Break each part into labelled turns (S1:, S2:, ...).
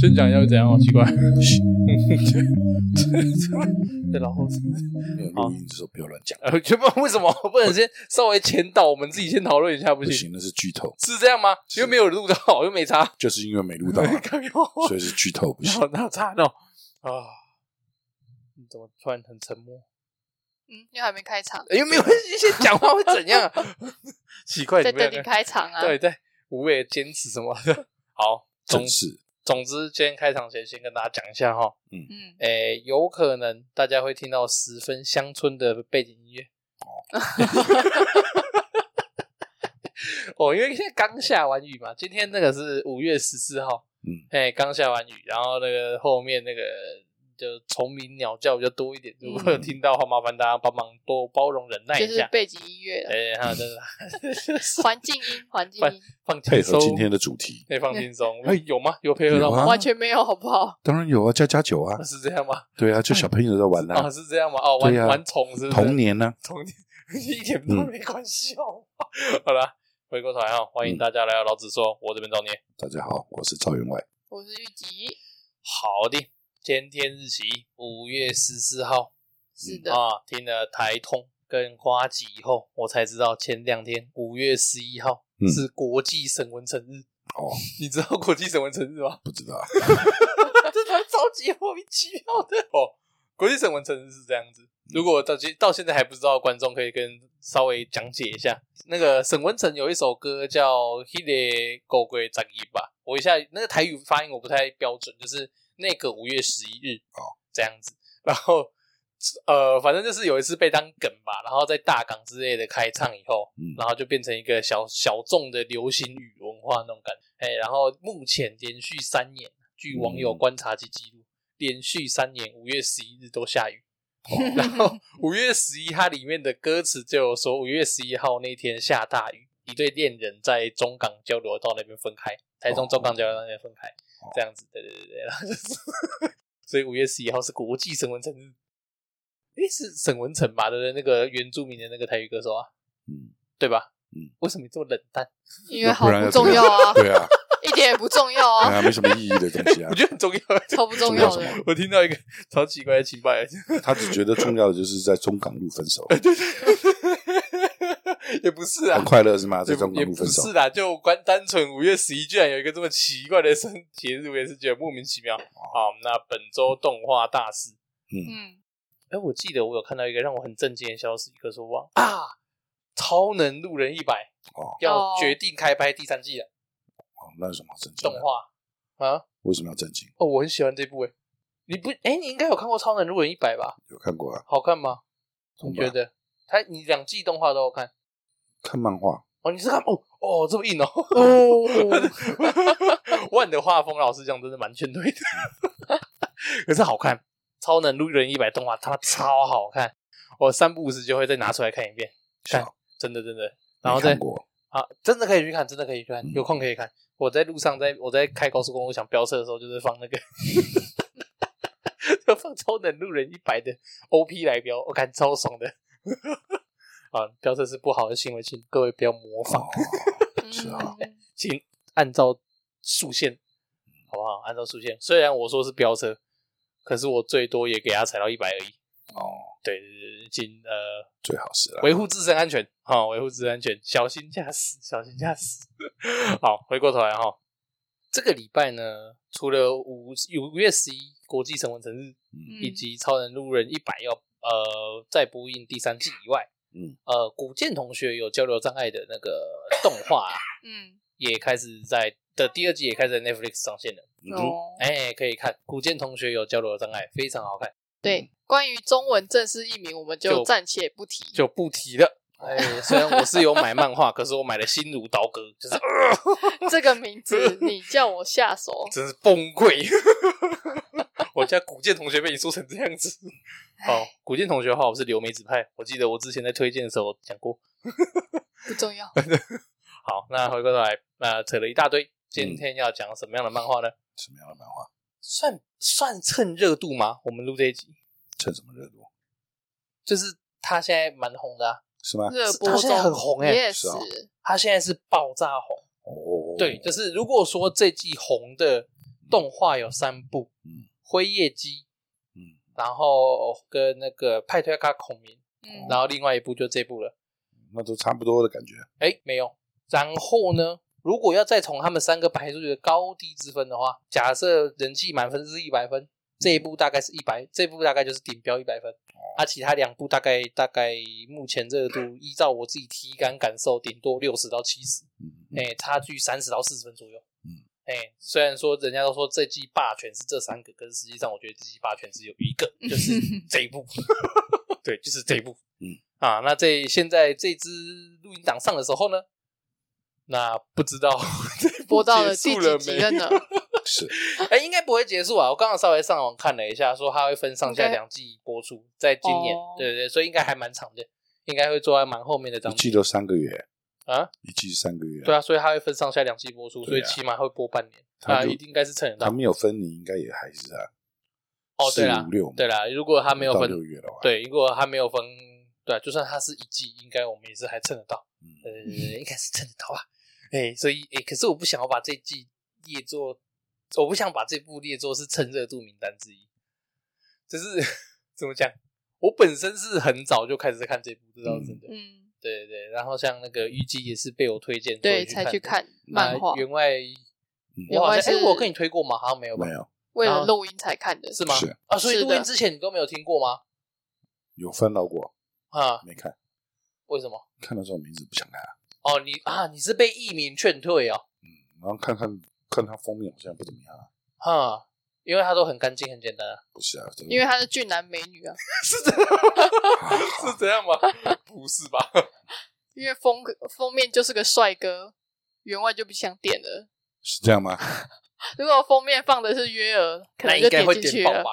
S1: 真讲要怎样？好奇 怪。对，然后是
S2: 没有
S1: 哦
S2: 录音的时候不要乱讲，
S1: 呃，就不知道为什么不能先稍微前导，我们自己先讨论一下，不
S2: 不
S1: 行？
S2: 行，那是剧透，
S1: 是这样吗？又没有录到，又没查，
S2: 就是因为没录到啊，
S1: 看 我
S2: 所以是剧透，不行
S1: 然。后哪查到啊？ 你怎么突然很沉默？
S3: 嗯，因为还没开场，
S1: 哎，又没有人先讲话会怎样啊？奇怪，
S3: 在
S1: 你们
S3: 等
S1: 两
S3: 你
S1: 个
S3: 开场啊。
S1: 对，在无谓坚持什么的。 好，总
S2: 正式
S1: 总之，今天开场前先跟大家讲一下哈，
S3: 嗯，
S1: 诶、有可能大家会听到十分乡村的背景音乐。 哦，因为现在刚下完雨嘛，今天那个是五月十四号，
S2: 嗯，
S1: 哎、刚下完雨，然后那个后面那个就虫鸣鸟叫比较多一点，如果有听到的话，麻烦大家帮忙多包容忍耐
S3: 就
S1: 一
S3: 是
S1: 下。
S3: 背景音乐了，
S1: 哎、还有就是
S3: 环境音，环境音，
S1: 放轻
S2: 配合
S1: 松，
S2: 今天的主题，
S1: 对，放轻松。哎、有吗？有配合到
S2: 有啊
S1: 吗？
S3: 完全没有，好不好？
S2: 当然有啊，加加酒 啊，
S1: 是这样吗？
S2: 对啊，就小朋友在玩
S1: 啊，
S2: 啦，
S1: 是这样吗？哦，玩、
S2: 对啊
S1: 玩虫是不是
S2: 童年呢，
S1: 童年 一点
S2: 嗯
S1: 都没关系哦。好 啦，回过头来啊，欢
S2: 嗯
S1: 迎大家来到老子说，我这边找你。
S2: 大家好，我是赵员外，
S3: 我是玉吉，
S1: 好的，今天日期五月十四号
S3: 是的，
S1: 啊，听了台通跟花旗以后，我才知道前两天五月十一号
S2: 嗯
S1: 是国际沈文成日。
S2: 哦，
S1: 你知道国际沈文成日吗？
S2: 不知道啊，
S1: 这才超级莫名其妙的 哦。国际审文程式是这样
S2: 嗯
S1: 子，如果到今到现在还不知道，观众可以跟稍微讲解一下。那个沈文成有一首歌叫《h i d 狗鬼杂一吧》，我一下那个台语发音我不太标准，就是那个五月十一日
S2: 哦
S1: 这样子。然后呃，反正就是有一次被当梗吧，然后在大港之类的开唱以后，
S2: 嗯
S1: 然后就变成一个小小众的流行语文化那种感觉。哎，然后目前连续三年，据网友
S2: 嗯
S1: 观察及记录，连续三年五月十一日都下 雨。哦然后五月十一，它里面的歌词就有说，五月十一号那天下大雨，一对恋人在中港交流道那边分开，台中中港交流道那边分开，
S2: 哦
S1: 这样子，对对对对，然后就是， 所以五月十一号是国际沈文成日，诶，是沈文成吧？对不对？那个原住民的那个台语歌手啊，
S2: 嗯，
S1: 对吧？
S2: 嗯，
S1: 为什么你这么冷 淡？
S3: 因为好
S2: 那不然
S3: 不
S2: 要怎么
S3: 重要啊，
S2: 对啊，
S3: 一点也不重要
S2: 对
S3: 啊，
S2: 啊，没什么意义的东西啊
S1: 我，觉得很重要，
S3: 超不重要
S2: 重
S3: 的。
S1: 我听到一个超奇怪的奇怪，
S2: 他只觉得重要的就是在中港路 分手，
S1: 也不是啊
S2: 很，快乐是吗？
S1: 也
S2: 在中
S1: 不也
S2: 港路
S1: 不
S2: 分手
S1: 是，啦，就关单纯五月十一居然有一个这么奇怪的生节日，我也是觉得莫名其妙。好，那本周动画大事，
S3: 嗯，
S1: 哎，我记得我有看到一个让我很震惊的消息，可是我忘啊，超能路人一百
S2: 哦
S1: 要决定开拍第三季了，
S2: 哦那有什么好震惊
S1: 动
S2: 的？
S1: 画啊，
S2: 为什么要震惊？
S1: 哦，我很喜欢这部诶。你不哎，你应该有看过《超能路人一百》吧？
S2: 有看过啊？
S1: 好看吗？
S2: 懂
S1: 你
S2: 吧
S1: 觉得？他你两季动画都有看
S2: 看漫画，
S1: 哦？你是看哦哦这么硬哦？
S3: 哦，
S1: 万的画风，老实讲，真的蛮劝退的， 可是好看，《超能路人一百》动画他妈超好看，我三不五时就会再拿出来看一遍，看
S2: 小
S1: 真的真的，然后
S2: 没
S1: 再
S2: 看过，
S1: 啊，真的可以去看，真的可以去看，
S2: 嗯
S1: 有空可以看。我在路上在，我在开高速公路想飙车的时候，就是放那个，就放超能路人一百的 OP 来飙，我感超爽的。 啊，飙车是不好的行为，请各位不要模仿，
S2: 哦，是啊
S3: 嗯
S1: 请按照速线，好不好？按照速线。虽然我说是飙车，可是我最多也给他踩到一百而已。
S2: 哦，
S1: 对对对，对请呃
S2: 最好是 啦，
S1: 维护自身安全，好、维护自身安全，小心驾驶， 小心驾驶。好，回过头来哈、这个礼拜呢，除了五五月十一国际神文成日、
S2: 嗯
S1: 以及超人路人一百要呃再播映第三季以外，
S2: 嗯，
S1: 呃，古剑同学有交流障碍的那个动画啊
S3: 嗯
S1: 也开始在的第二季也开始在 Netflix 上线了，
S3: 嗯
S2: 嗯
S3: 哦，
S1: 哎、可以看古剑同学有交流障碍，非常好看，
S3: 对，关于中文正式译名，我们就
S1: 就
S3: 暂且不提。
S1: 就不提了。哎、虽然我是有买漫画，可是我买了《心如刀割》， 就是
S3: 这个 名字，你叫我下手，
S1: 真是崩溃。 我家古剑同学被你说成这样子。好，
S3: 哎
S1: 古剑同学的话，我是留梅子派。我记得我之前在推荐的时候讲过。
S3: 不重 要。
S1: 好，那回过头来，呃，扯了一大堆。今天要讲什么样的漫画呢？
S2: 什么样的漫画？
S1: 算算趁热度吗？我们录这一集，
S2: 趁什么热度？
S1: 就是他现在蛮红的、啊，
S2: 是吗？
S3: 热播
S1: 他现
S3: 中
S1: 在很红哎、
S3: ，yes，
S2: 是啊
S1: 他现在是爆炸红。
S2: 哦，
S1: 对，就是如果说这季红的动画有三部，
S2: 嗯
S1: 辉夜姬，
S2: 嗯，
S1: 然后跟那个派对卡孔明，
S3: 嗯，
S1: 然后另外一部就这部了。
S2: 那都差不多的感觉。
S1: 哎，没有。然后呢，如果要再从他们三个排出一个高低之分的话，假设人气满分是一百分，这一部大概是一百，这部大概就是顶标一百分。啊，其他两部大概大概目前热度，依照我自己体感感受，顶多六十到七十。
S2: 嗯，
S1: 哎、差距三十到四十分左右。
S2: 嗯，
S1: 哎、虽然说人家都说这季霸权是这三个，可是实际上我觉得这季霸权只有一个，就是 这一部。对，就是这一部。
S2: 嗯，
S1: 啊，那这现在这支录音档上的时候呢，那不 知道这部
S3: 播到了
S1: 结
S3: 第
S1: 束
S3: 几
S1: 了
S3: 集
S1: 没？
S3: 了呢？
S2: 是，
S1: 哎、应该不会结束啊！我刚刚稍微上网看了一下，说它会分上下
S3: OK
S1: 两季播出，在今年，
S3: 哦
S1: 对对，对所以应该还蛮长的，应该会做在蛮后面的章
S2: 一季都三个月
S1: 啊。
S2: 一季三个月。
S1: 对啊，所以它会分上下两季播出，
S2: 对啊
S1: 所以起码会播半年。
S2: 它
S1: 啊，
S2: 就
S1: 一定应该是成人档
S2: 他。没有分，你应该也还是啊。
S1: 哦，对
S2: 四
S1: 啦
S2: 五，六嘛
S1: 对啦，如果它没有
S2: 到
S1: 分，
S2: 六月的话，，
S1: 对，如果它没有分，对啊、就算它是一季，应该我们也是还蹭得到。
S2: 嗯
S1: 呃，应该是蹭得到吧？哎、所以哎、可是我不想要把这季列作，我不想把这部列作是蹭热度名单之一。就是 怎么讲，我本身是很早就开始在看这部，这倒是真的。
S3: 嗯，
S1: 对对对，然后像那个虞姬也是被我推荐，
S3: 对，才去
S1: 去看的。
S3: 看漫画
S1: 那，员外，
S3: 员
S1: 我好
S3: 外
S1: 像
S3: 是
S1: 哎、我有跟你推过吗？好像没有吧
S2: 没？有
S3: 为了录音才看的，
S1: 是吗
S2: 是？
S1: 啊，所以
S3: 是
S1: 录
S3: 的
S1: 音之前你都没有听过吗？
S2: 有翻到过，
S1: 啊，
S2: 没看，
S1: 为什么？
S2: 看到这种名字不想看啊。
S1: 哦，你啊，你是被艺名劝退哦，
S2: 然后看看看他封面好像不怎么样啊，
S1: 哈、因为它都很干净，很简单啊，
S2: 不是啊，这个
S3: 因为她是俊男美女啊，
S1: 是这样吗？ 是这样吗？不是吧？
S3: 因为封封面就是个帅哥，员外就不想点了。
S2: 是这样吗？
S3: 如果封面放的是约尔，可
S1: 那
S3: 能
S1: 应
S3: 就
S1: 该会
S3: 进去
S1: 点爆
S3: 了。
S1: 吧？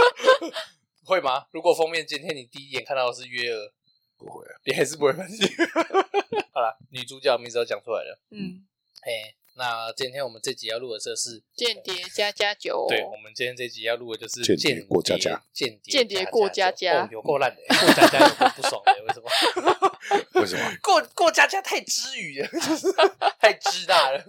S1: 会吗？如果封面今天你第一眼看到的是约尔，
S2: 不会啊，
S1: 你还是不会放弃。 好了，女主角名字都讲出来了，
S3: 嗯，
S1: 哎，那今天我们这集要录的这是
S3: 间谍加加哦九，
S1: 对，我们今天这集要录的就是
S2: 哦间谍过家家，
S1: 间谍
S3: 间谍过家家
S1: 哦，有够烂的，过家家有够不爽的，为什么？
S2: 为什么？
S1: 过过家家太知语了， 就是太知大 了，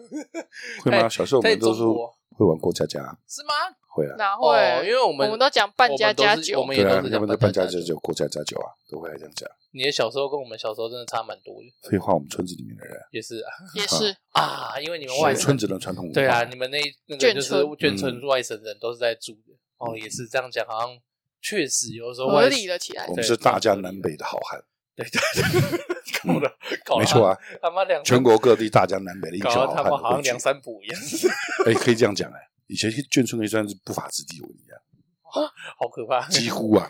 S2: 会吗？小时候我
S1: 哎在
S2: 们
S1: 中
S2: 都说
S1: 国
S2: 会玩过家家，
S1: 是吗？
S2: 会啊，
S3: 哪
S1: 哦，
S3: 会？
S1: 因为我
S3: 我
S1: 们
S3: 们都讲半家家酒，
S1: 我们也
S2: 对
S1: 都
S2: 啊，
S1: 是
S2: 要
S1: 讲
S2: 不然
S1: 半
S2: 就扮
S1: 家
S2: 家
S1: 家
S2: 家
S1: 酒。
S2: 酒、过家家酒啊，都会这样讲。
S1: 你的小时候跟我们小时候真的差蛮多的，
S2: 废话，我们村子里面的人，
S1: 也是啊
S3: 也是
S1: 啊，因为你们
S2: 我
S1: 外
S2: 们
S1: 省
S2: 村子的哦嗯传统文化，
S1: 对啊，你们那一那个就是
S3: 眷
S1: 眷
S2: 村
S1: 村外省人都是在住的哦，也是这样讲，好像确实有时候
S3: 合
S1: 外
S3: 理了起来
S2: 我。们是大江南北的好汉，
S1: 对对对，搞了搞了，
S2: 没错
S1: 啊，
S2: 啊，
S1: 他妈两
S2: 全国各地大江南北的英雄啊
S1: 搞啊
S2: 好
S1: 到他
S2: 汉
S1: 妈好像
S2: 都汇聚
S1: 梁，山伯一样，
S2: 哎，可以这样讲哎，以前眷村可以算是不法之地，我跟你讲，
S1: 好可怕。
S2: 几乎 啊，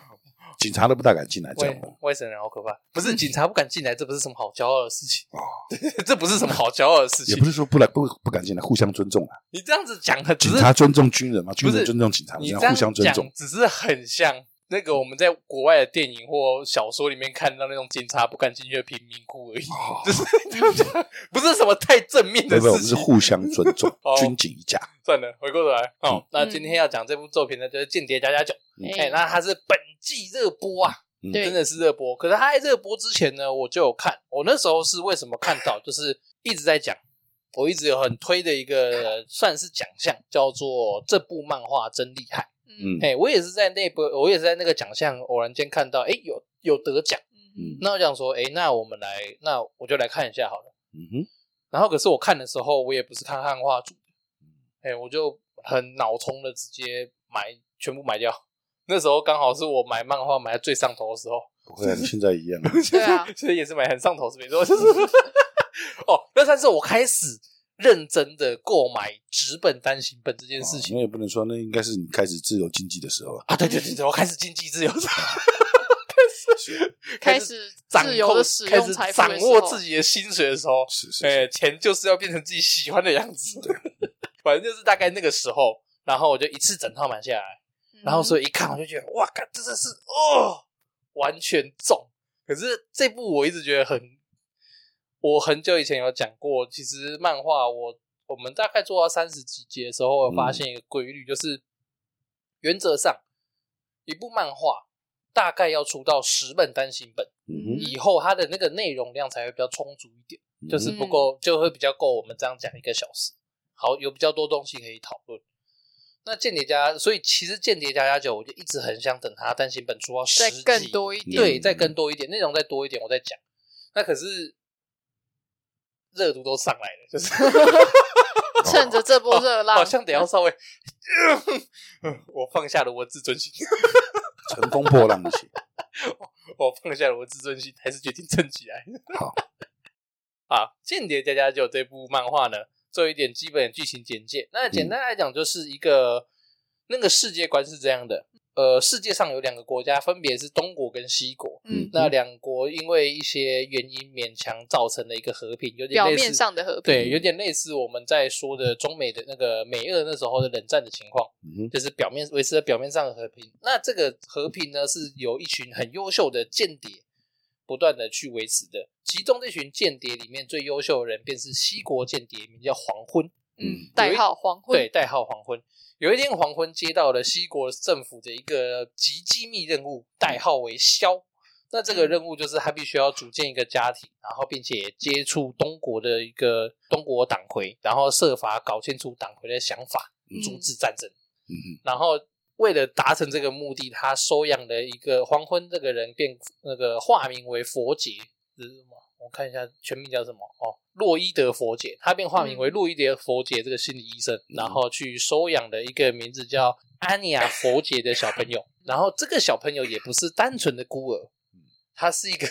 S2: 警察都不大敢进来这
S1: 外
S2: 样哦的，
S1: 外省人好可怕，不是警察不敢进来，这不是什么好骄傲的事情
S2: 哦，
S1: 这不是什么好骄傲的事
S2: 也
S1: 情
S2: 不。是说不来不不敢进来，互相尊重啊，
S1: 你这样子讲，只
S2: 警
S1: 是
S2: 察尊重军人嘛，
S1: 是
S2: 军人尊重警察嘛，
S1: 你
S2: 这
S1: 这
S2: 样
S1: 样
S2: 互相尊
S1: 讲
S2: 重，
S1: 只是很像那个我们在国外的电影或小说里面看到那种警察不敢进去的贫民窟而已，
S2: 哦
S1: 就是不是什么太正面的
S2: 对不对？我
S1: 事
S2: 们是
S1: 情。
S2: 互相尊重
S1: 哦，
S2: 军警一家，
S1: 算了，回过头来，哦
S2: 嗯，
S1: 那今天要讲这部作品呢，就是《间谍加加九》。
S3: 嗯
S1: 哎，那它是本季热播啊，
S2: 嗯
S1: 真
S3: 对，
S1: 的是热播。可是他在热播之前呢，我就有看。我那时候是为什么看到，就是一直在讲，我一直有很推的一个算是奖项，叫做这部漫画真厉害。
S2: 嗯
S1: 哎、我也是在那部，我也是在那个奖项偶然间看到，哎、有有得奖。
S3: 嗯
S1: 那我想说，哎、那我们来，那我就来看一下好了。
S2: 嗯哼，
S1: 然后可是我看的时候，我也不是看汉化组，哎、我就很脑冲的直接买全部买掉。那时候刚好是我买漫画买在最上头的时候，
S2: 不会啊，现在一样啊，
S3: 对啊，
S1: 所以也是买很上头是没 错，就是哦，那算是我开始认真的购买纸本单行本这件事情
S2: 那哦也不能说，那应该是你开始自由经济的时候啊，
S1: 啊，对对对对，我开始经济自由，
S2: 是
S3: 开始
S1: 掌
S3: 自由
S1: 控
S3: 的使
S1: 开
S3: 用
S1: 始
S3: 财富
S1: 掌
S3: 的时
S1: 握
S3: 候
S1: 自己的薪水的时候，
S2: 是是，
S1: 哎，钱就是要变成自己喜欢的样子， 反正就是大概那个时候，然后我就一次整套买下来，然后所
S3: 以
S1: 以一看我就觉得哇，看真的是哦，完全中。可是这部我一直觉得很，我很久以前有讲过，其实漫画我我们大概做到三十几集的时候，我发现一个规律，就是原则上一部漫画大概要出到十本单行本
S2: 嗯
S1: 以后，它的那个内容量才会比较充足一点，
S2: 哼，
S3: 嗯
S1: 就是不够就会比较够我们这样讲一个小时，好有比较多东西可以讨论。那间谍家，所以其实间谍家家酒，我就一直很想等它，但新本出到十
S3: 再
S1: 集
S3: 更多一点
S1: 对，
S2: 嗯
S1: 再更多一点内容，再多一点，我再讲。那可是热度都上来了，就是
S3: 趁着这波热浪，
S1: 哦好像得要稍微， 呃我放下了我自尊心，
S2: 乘风破浪的起。
S1: 我放下了我自尊心，还是决定撑起来。
S2: 好，
S1: 好，《间谍家家酒》这部漫画呢，做一点基本的剧情简介。那简单来讲，就是一个、那个世界观是这样的。呃，世界上有两个国家，分别是东国跟西国。
S3: 嗯，
S1: 那两国因为一些原因勉强造成了一个和平，有点
S3: 表
S1: 类似
S3: 面上的和平，
S1: 对，有点类似我们在说的中美的那个美俄那时候的冷战的情况，
S2: 嗯
S1: 就是表面维持了表面上的和平。那这个和平呢，是由一群很优秀的间谍不断的去维持的。其中这群间谍里面最优秀的人，便是西国间谍，名叫黄昏，
S3: 嗯
S2: 嗯，
S3: 代号黄昏，
S1: 对，代号黄昏。有一天，黄昏接到了西国政府的一个极机密任务，代号为枭。那这
S3: 嗯
S1: 个任务就是他必须要组建一个家庭，然后并且接触东国的一个东国党魁，然后设法搞清楚党魁的想法，
S2: 嗯
S1: 阻止战争。
S2: 嗯嗯
S1: 然后为了达成这个目的，他收养了一个黄昏这个人，变那个化名为佛杰，这是什么？我看一下全名叫什么哦，洛伊德佛杰，他便化名为洛伊德佛杰这个心理医生，
S3: 嗯
S1: 然后去收养了一个名字叫安妮亚佛杰的小朋
S3: 嗯
S1: 友，然后这个小朋友也不是单纯的孤儿，他是一个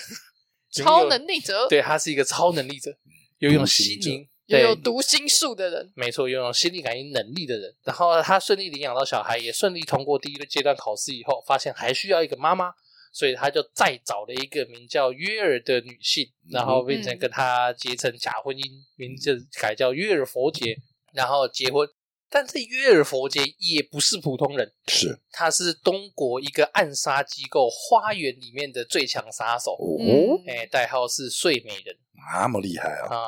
S1: 拥有
S3: 超能力者， 嗯
S1: 对他是一个超能力者，拥有
S2: 独行
S1: 心
S2: 者
S1: 灵，
S3: 拥有
S1: 对
S3: 读心术的人，
S1: 没错，拥有心理感应能力的人。然后他顺利领养到小孩，也顺利通过第一个阶段考试以后，发现还需要一个妈妈，所以他就再找了一个名叫约尔的女性，然后变成跟他结成假婚姻，名字改叫约尔佛杰，然后结婚。但这约尔佛杰也不是普通人，
S2: 是
S1: 他是东国一个暗杀机构花园里面的最强杀手，
S2: 哦，
S3: 嗯，
S1: 哎，代号是睡美人
S2: 那么厉害啊！
S1: 啊。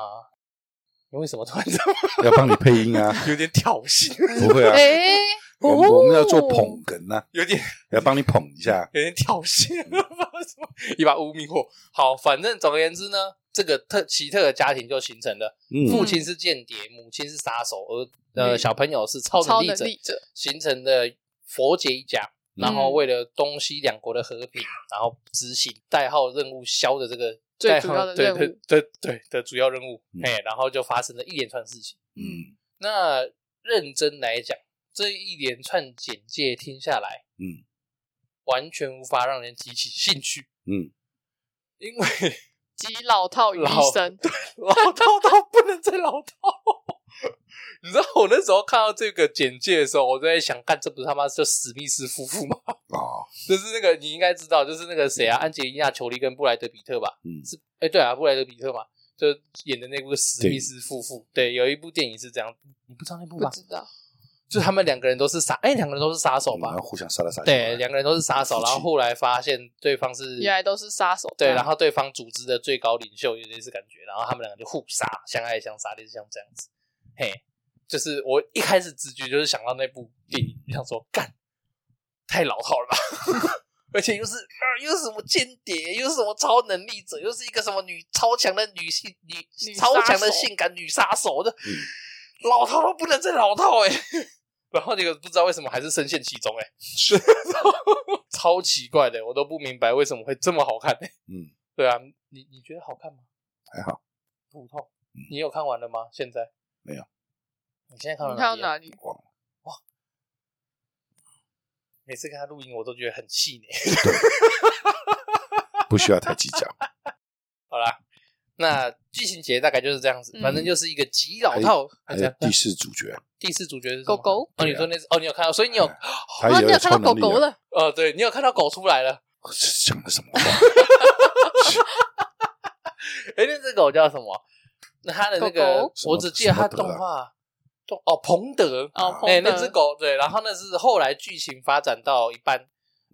S1: 你为什么突然这么
S2: 要帮你配音啊？
S1: 有点挑衅？
S2: 不会啊，
S3: 哎，
S2: 我们我们要做
S3: 哦
S2: 捧哏啊，
S1: 有点
S2: 要帮你捧一下。
S1: 有点挑衅，不知道为什么一把无名火。好，反正总而言之呢，这个特奇特的家庭就形成了，父
S2: 嗯，
S1: 亲是间谍，母亲是杀手，而呃
S3: 嗯
S1: 小朋友是超
S3: 超
S1: 能
S3: 能
S1: 力者，
S3: 力者，
S1: 形成的佛杰一家。然后为了东西两国的和平，然后执行代号任务消的这个
S3: 最
S1: 代
S3: 主
S1: 号
S3: 要的
S1: 对
S3: 任
S1: 对
S3: 务
S1: 对对的主要任务，
S2: 嗯
S1: 哎、然后就发生了一连串事情。
S2: 嗯
S1: 那认真来讲，这一连串简介听下来，
S2: 嗯
S1: 完全无法让人提起兴趣，
S2: 嗯，
S1: 因为
S3: 集老套于一身，
S1: 老套到不能再老套。 你知道我那时候看到这个简介的时候，我就在想，干这不是他妈就史密斯夫妇吗？
S2: 哦，
S1: 就是那个你应该知道，就是那个谁啊，安吉丽娜·裘丽跟布莱德·比特吧？
S2: 嗯
S1: 是哎、对啊，布莱德·比特嘛，就演的那部史密斯夫妇。对，有一部电影是这样，你不知道那部
S3: 不
S1: 吧？
S3: 知道，
S1: 就他们两个人都是杀，哎、两个人都是杀手
S2: 我们
S1: 吧
S2: 要？互相杀来杀去。
S1: 对，两个人都是杀手，
S2: 夫
S1: 然
S2: 妻
S1: 后后来发现对方是
S3: 原来都是杀手，
S1: 对，然
S3: 后
S1: 后对方组织的最高领袖有类似感觉，然后他们两个就互杀，相爱相杀，类似像这样子。嘿，就是我一开始直觉就是想到那部电影，就想说干，太老套了吧， 而且又是啊、又是什么间谍，又是什么超能力者，又是一个什么女超强的女性女
S3: 女
S1: 超强
S3: 杀
S1: 的
S3: 手
S1: 性感女杀手的，老套都不能再老套哎、 然后这个不知道为什么还是深陷其中哎、是 超奇怪的，我都不明白为什么会这么好看、欸。
S2: 嗯，
S1: 对啊，你你觉得好看吗？
S2: 还好，
S1: 普通
S2: 嗯。
S1: 你有看完了吗？现在
S2: 没有。
S1: 你现在看
S3: 你
S1: 完
S3: 看到
S1: 里啊？
S3: 哪里？
S2: 忘了
S1: 每次跟他录音，我都觉得很气馁。
S2: 不需要太计较。
S1: 好啦，那剧情节大概就是这样子，
S3: 嗯
S1: 反正就是一个极老套。
S2: 还
S1: 这
S2: 有
S1: 样
S2: 哎第四主角，
S1: 第四主角是什么
S3: 狗狗
S1: 哦，你说那是哦，你有看到，所以
S2: 哎
S1: 你有
S2: 他
S3: 啊，
S2: 也
S3: 你
S2: 有
S3: 有看
S2: 超
S3: 到
S2: 能
S3: 狗
S2: 力
S3: 狗
S2: 啊。
S3: 了？
S1: 哦，对你有看到狗出来了。
S2: 讲的什么话？
S1: 哎，那只狗叫什么？那它的那个
S3: 狗狗，
S1: 我只记得它
S2: 什么
S1: 动
S2: 什么德啊
S1: 画动哦，彭德
S3: 哦，彭
S1: 哎、
S3: 德
S1: 那只狗对，然后那是后来剧情发展到一半，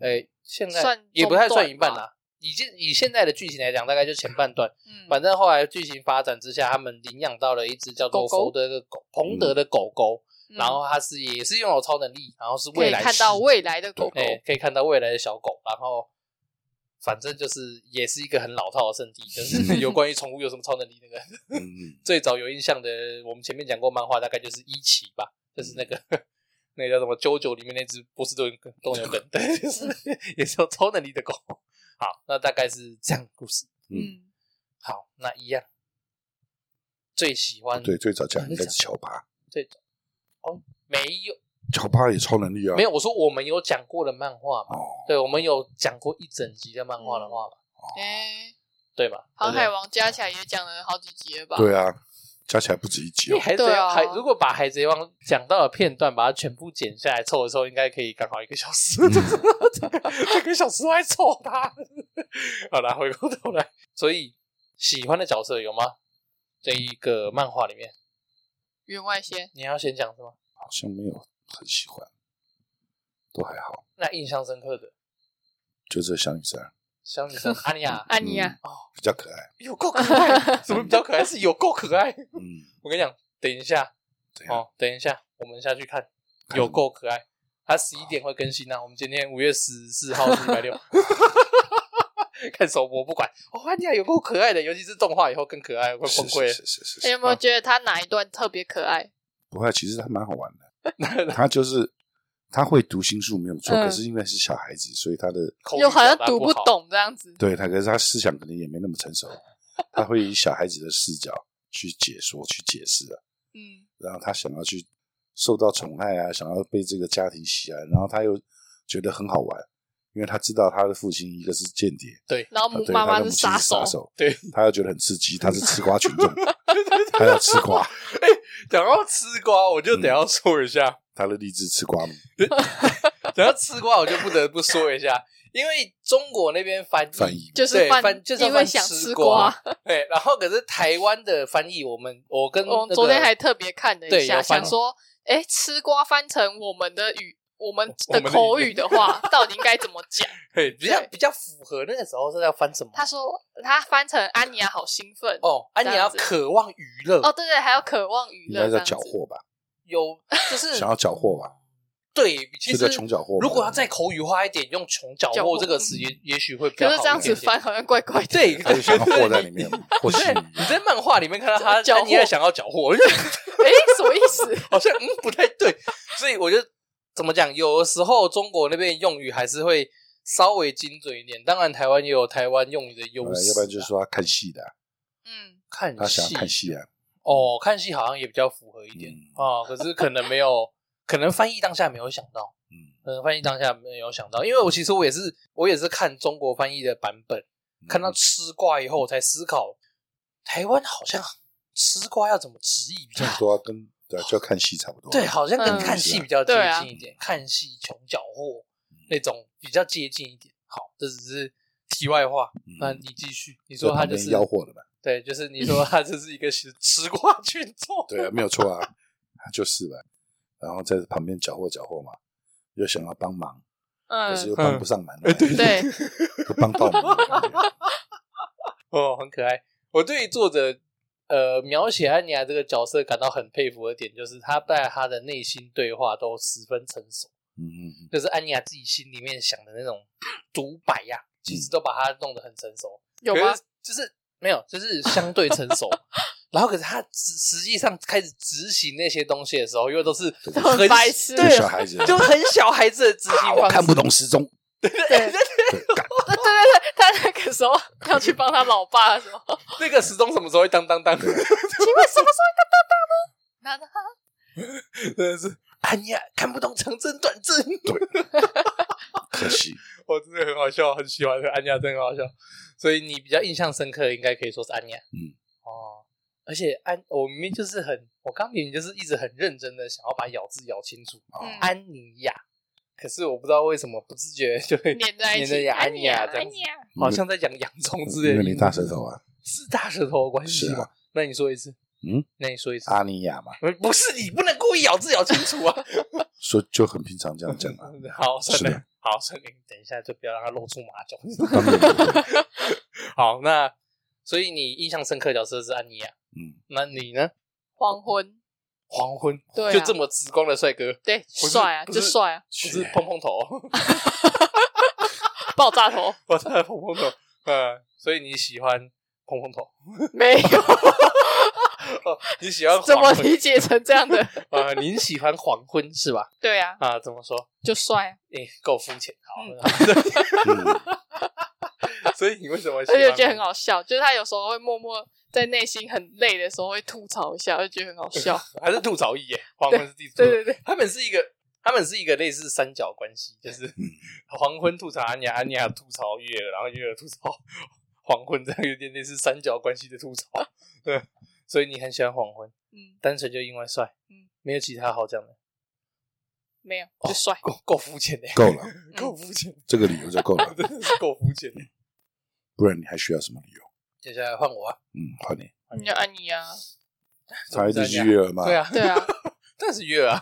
S1: 哎、现在
S3: 算
S1: 也不太算一
S3: 中
S1: 半
S3: 段吧
S1: 啦。以现以现在的剧情来讲，大概就前半段。
S3: 嗯，
S1: 反正后来剧情发展之下，他们领养到了一只叫做
S3: 狗狗
S1: 福德的狗，彭德的狗狗，
S3: 嗯
S1: 然后它是也是拥有超能力，然后是
S3: 可
S1: 未
S3: 以
S1: 来
S3: 看到
S1: 世
S3: 未来的狗狗
S1: 哎、，可以看到未来的小狗，然后反正就是也是一个很老套的圣地，就是有关于宠物有什么超能力那个。
S2: 嗯，嗯
S1: 最早有印象的，我们前面讲过漫画，大概就是一期吧，就是那个那 那个叫什么《啾啾》里面那只波士顿斗牛 梗，对，就是 也是有超能力的狗。好，那大概是这样的故事。
S3: 嗯，
S1: 好，那一样，最喜欢
S2: 对，最早讲应该是乔巴，
S1: 没有
S2: 乔巴也超能力啊，
S1: 没有，我说我们有讲过的漫画嘛，
S2: 哦，
S1: 对，我们有讲过一整集的漫画的话嘛，
S3: 哎，
S1: 对吧？
S3: 航
S1: 对
S3: 海
S1: 不对
S3: 王加起来也讲了好几集了吧？
S2: 对啊，加起来不止一集
S1: 因为
S2: 哦，
S1: 海贼
S3: 对啊
S1: 王海，如果把海贼王讲到的片段，把它全部剪下来凑一凑，应该可以刚好一个小 时。这个这个小时我还凑它。 好啦，回过头来，所以喜欢的角色有吗？这一个漫画里面，
S3: 员外先，
S1: 你要先讲什么？
S2: 好像没有很喜欢，都还好，
S1: 那印象深刻的
S2: 就这小女生
S1: 小女 生阿尼亚，
S3: 安妮啊，
S2: 嗯比较可爱，
S1: 有够可 爱，什么比较可爱？是有够可爱。
S2: 嗯，
S1: 我跟你讲，等一下
S2: 怎样？
S1: 哦，等一下，我们下去看，
S2: 看
S1: 有够可爱。它十一点会更新啊，我们今天五月十四号是礼 拜六，看首播不管。哦，安妮亚有够可爱的，尤其是动画以后更可爱，我快
S2: 是
S1: 崩溃了。
S2: 是是是是
S3: 你有
S2: 是，
S3: 没有觉得他哪一段特别可爱？
S2: 不会，其实还蛮好玩 的，他就是。他会读心术没有错，
S3: 嗯
S2: 可是因为是小孩子，所以他的
S1: 口语
S3: 又好像
S1: 表达
S3: 读
S1: 不好，
S3: 懂这样子。
S2: 对他，可是他思想可能也没那么 成熟，他会以小孩子的视角去解说、去解释啊。
S3: 嗯，
S2: 然后他想要去受到宠爱啊，想要被这个家庭喜爱，然后他又觉得很好玩，因为他知道他的父亲一个是间谍，
S3: 然后
S2: 啊
S3: 母
S2: 对，
S3: 妈
S2: 他
S3: 妈
S2: 的母
S3: 是
S2: 亲
S3: 杀
S2: 是杀
S3: 手，
S2: 手，
S1: 对，
S2: 他又觉得很刺激，他是吃瓜 群众，他要吃瓜，
S1: 讲到吃瓜，我
S2: 嗯
S1: 就等一下说一下，
S2: 他的励志吃瓜
S3: 嗯
S2: 嘛，
S1: 讲到吃瓜，我就不得不说一下，因为中国那边翻译
S2: 翻译
S3: 就是
S1: 对
S3: 饭
S1: 翻就是要
S3: 因为
S1: 翻
S3: 想
S1: 吃
S3: 瓜。
S1: 对，然后可是台湾的翻译，我们我跟、嗯那
S3: 我
S1: 个
S3: 哦昨天还特别看了
S1: 对
S3: 一
S1: 有
S3: 下，
S1: 翻
S3: 想说，哎，吃瓜翻成我们的语，我们
S1: 我
S3: 的
S1: 们的
S3: 口
S1: 语
S3: 语的话，到底应该怎么讲？
S1: 嘿比较
S3: 对
S1: 比较符合那个时候是要翻什么？
S3: 他说他翻成安妮亚好兴奋哦
S1: 哦，安妮要
S3: 这样子哦
S1: 渴望娱乐，
S3: 对对，还要渴望娱
S2: 应
S3: 乐
S2: 该
S3: 这
S2: 叫
S3: 样子
S2: 缴。获吧，
S1: 有就是
S2: 想要缴获吧，
S1: 对，其实
S2: 就叫穷缴获吧。
S1: 如果要再口语化一点，用“穷缴
S3: 缴
S1: 获”
S3: 获
S1: 这个词也也许会比较
S3: 嗯可
S1: 好
S3: 是这样
S1: 一点
S3: 子
S1: 点。
S3: 翻好像怪怪的。
S1: 对，
S2: 他就想要
S1: 对
S2: 货在里面，或
S1: 你
S2: 许
S1: 在你在漫画里面看到他，
S3: 缴获
S1: 安妮要想要缴获，我就觉得
S3: 哎，什么意 思？
S1: 好像嗯不太对，所以我就怎么讲？有的时候中国那边用语还是会稍微精准一点，当然台湾也有台湾用语的优势啊，
S2: 呃要不然就是说他看戏的啊，
S3: 嗯，
S1: 看
S2: 他想
S1: 戏
S2: 要看戏啊，
S1: 哦，看戏好像也比较符合一点
S2: 嗯
S1: 啊、可是可能没有，可能翻译当下没有想到，
S2: 嗯，
S1: 可能翻译当下没有想到，因为我其实我也是我也是看中国翻译的版本，
S2: 嗯
S1: 看到吃瓜以后我才思考，台湾好像吃瓜要怎么直译比较
S2: 差不
S1: 好，
S2: 多啊跟对啊就要看戏差不多啊，
S1: 对，好像跟
S3: 嗯
S1: 看戏比较接
S3: 对啊
S1: 近一点，看戏穷缴获那种比较接近一点。好，这只是题外话，
S2: 嗯
S1: 那你继续，你
S2: 在
S1: 说他
S2: 旁
S1: 就
S2: 边
S1: 是
S2: 吆喝了吧？
S1: 对，就是你说他就是一个吃吃瓜群众，
S2: 对啊，没有错啊， 他就是吧。然后在旁边搅和搅和嘛，又想要帮忙，可是
S3: 嗯，
S2: 又帮不上忙，啊
S1: 嗯对
S3: 对，
S2: 又帮到忙啊的感觉。
S1: 哦，很可爱。我对于作者呃描写安妮亚这个角色感到很佩服的点，就是他在他的内心对话都十分成熟，
S2: 嗯嗯嗯，
S1: 就是安妮亚自己心里面想的那种独白呀、其实都把它弄得很成熟。
S3: 有
S1: 可
S3: 吗
S1: 是？就是没有，就是相对成熟。 然后，可是他实实际上开始执行那些东西的时候，又都是
S2: 都
S1: 很
S3: 很白痴
S1: 对，啊
S2: 小孩子
S1: 就很小孩子的执行
S2: 啊
S1: 方
S2: 我
S1: 式。
S2: 看不懂时钟，
S3: 对对对
S2: 对，干
S3: 对，他那个时候要去帮他老爸的时候，
S1: 那个时钟什么时候会当当当？
S3: 请问什么时候要当当当呢？那
S1: 哦
S3: 他
S1: 真的是安妮亚看不懂长针短针。
S2: 可惜
S1: 我真的很好笑，很喜欢安雅，真的很好笑。所以你比较印象深刻，应该可以说是安雅。
S2: 嗯，
S1: 哦，而且安，我明明就是很，我刚明明就是一直很认真的想要把咬字咬清楚，
S2: 啊，
S3: 嗯
S1: 安妮亚。可是我不知道为什么不自觉就会
S3: 粘在一
S1: 粘
S3: 起，
S1: 着安妮亚这
S3: 安
S1: 样子
S3: 妮亚，
S1: 好像在讲洋葱之类
S2: 嗯因
S1: 的
S2: 为
S1: 音，
S2: 你大舌头啊，
S1: 是大舌头的关系
S2: 是
S1: 吗
S2: 啊？
S1: 那你说一次，
S2: 嗯，
S1: 那你说一次，呃
S2: 阿尼亚嘛，
S1: 不不是你不能故意咬字咬清楚啊。
S2: 说就很平 常这样讲啊。
S1: 好，
S2: 是
S1: 算了
S2: 的，
S1: 好，算了，你等一下就不要让他露出马脚。
S2: 当然有
S1: 好，那所以你印象深刻的角色是安妮亚，
S2: 嗯，
S1: 那你呢？
S3: 黄昏，
S1: 黄昏，
S3: 对啊
S1: 就这么直光的帅哥，不
S3: 对，
S1: 是
S3: 帅啊，
S1: 不
S3: 就是帅啊，
S1: 是碰碰头，
S3: 爆炸头
S1: 我真的碰碰头，呃，所以你喜欢碰碰头？
S3: 没有，
S1: 哦，你喜欢
S3: 怎么
S1: 黄昏
S3: 理解成这 样的？
S1: 啊？您喜欢黄昏是吧？
S3: 对啊，
S1: 啊，怎么说？
S3: 就帅啊，
S1: 诶、够肤浅，好。
S3: 嗯
S2: 嗯
S1: 所以你为什么喜
S3: 而
S1: 欢？
S3: 且觉得很好笑，就是他有时候会默默在内心很累的时候会吐槽一下，就觉得很好笑。
S1: 还是吐槽艺耶？黄昏是地
S3: 对对对，
S1: 他们是一个，他们是一个类似三角关系，就是 黄昏吐槽安雅，安雅吐槽月儿，然后月儿吐槽 黄昏，这样有点类似三角关系的吐槽。对，所以你很喜欢黄昏，
S3: 嗯，
S1: 单纯就因为帅，
S3: 嗯，
S1: 没有其他好讲的，
S3: 没有，
S1: 哦
S3: 就帅。
S1: 够够肤浅的，
S2: 够了，
S3: 嗯
S1: 够肤浅，
S2: 这个理由就够了，
S1: 真的是够肤浅的。
S2: 不然你还需要什么理由？
S1: 接下来换我啊，
S2: 嗯，好你，
S3: 你要安妮啊，
S2: 他一直是月儿嘛，呃
S1: 对，啊，啊
S3: 对 啊，
S1: 但是月儿啊，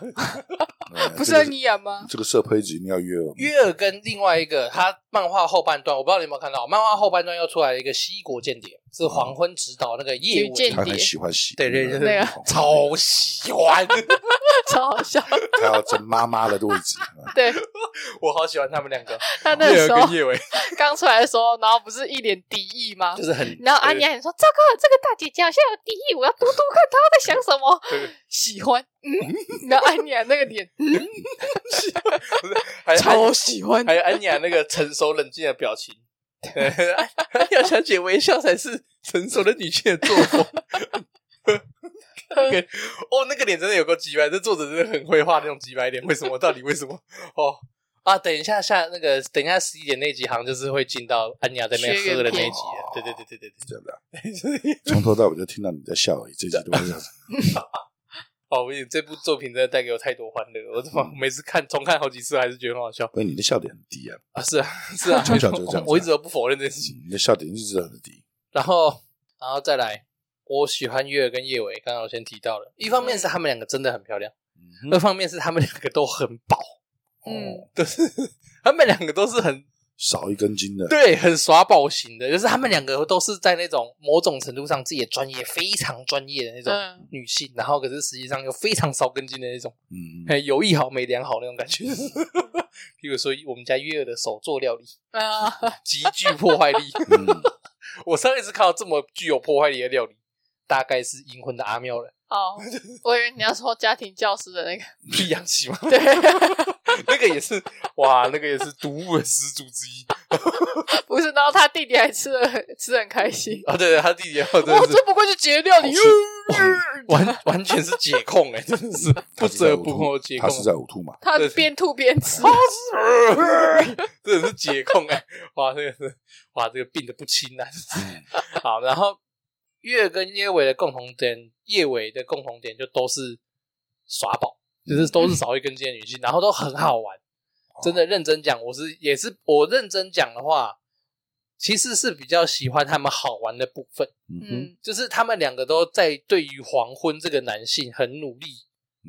S3: 不是安妮亚吗？
S2: 这个社胚子一定要约我们，
S1: 约尔跟另外一个他漫画后半段，我不知道你有没有看到，漫画后半段又出来了一个西国间谍，是黄昏指导那个叶
S3: 女间谍
S1: 问，
S2: 他很喜欢洗，
S1: 对对对
S3: 对
S1: 超喜欢，
S3: 超好笑。
S2: 他要争妈妈的啊位置，
S3: 对
S1: 我好喜欢他们两个，
S3: 他 那个
S1: 月
S3: 时
S1: 儿
S3: 候
S1: 跟叶伟
S3: 刚出来的时候，然后不是一脸敌意 吗
S1: 就？是很
S3: 然后安妮还说：“糟糕，这个大姐姐好像有敌意，我要读读看她在想什么。
S1: 对对”
S3: 喜欢， 嗯。然后安妮还那个脸，嗯，
S1: 还 有
S3: 超喜欢
S1: 还。有安雅那个成熟冷静的表 情。对安雅小姐微笑才是成熟的女性的作风。 哦，那个脸真的有够鸡白，这作者真的很会画那种鸡白脸。为什么？到底为什么？哦啊，等一下下那个，等一下十一点那集好像就是会进到安雅在那边
S3: 薛岳
S1: 喝的那一
S3: 篇
S1: 集了。对对对对对 对。
S2: 真的。从头到尾就听到你在笑 而已，这集都是
S1: 哦，我也这部作品真的带给我太多欢乐了，我怎么每次看重看好几次还是觉得很好笑
S2: 不是你的笑点很低啊，
S1: 啊！ 是啊，是啊，
S2: 从小就这样子 啊
S1: 我一直都不否认这件事情。
S2: 你的笑点一直都很低。
S1: 然后，然后再来，我喜欢月儿跟叶伟，刚刚我先提到了，一方面是他们两个真的很漂亮，
S2: 嗯
S1: 二方面是他们两个都很饱，
S3: 嗯
S2: 哦，
S1: 就是他们两个都是很
S2: 少一根筋的，
S1: 对很耍宝型的，就是他们两个都是在那种某种程度上自己的专业非常专业的那种
S3: 嗯，
S1: 女性，然后可是实际上又非常少根筋的那种，
S2: 嗯，
S1: 嘿有一好没两好那种感觉。 比如说我们家月儿的手做料理
S3: 啊，
S1: 极具破坏力。
S2: 嗯
S1: 我上一次看到这么具有破坏力的料理，大概是银魂的阿妙了，
S3: 哦，我以为你要说家庭教师的那个，
S1: 碧阳琪吗？
S3: 对，
S1: 那个也是，哇，那个也是毒物的始祖之一
S3: 不是。然后他弟弟还吃的吃的很开心，
S1: 啊！对对，他弟弟真
S3: 我
S1: 的是
S3: 这不过就绝料理，
S1: 完完全是解控哎、真的是 不折不扣的解
S2: 他
S1: 控，
S2: 是在呕吐嘛？
S3: 他
S1: 对
S3: 边吐边吃，
S1: 真的是解控哎、哇，这个是哇，这个病的不轻啊！
S2: 嗯
S1: 好，然后月跟叶尾的共同点，叶尾的共同点就都是耍宝，就是
S3: 嗯
S1: 都是少一根筋的女性，然后都很好玩。
S3: 哦
S1: 真的认真讲，我是也是我认真讲的话，其实是比较喜欢他们好玩的部分，
S2: 嗯
S3: 嗯，
S1: 就是他们两个都在对于黄昏这个男性很努力，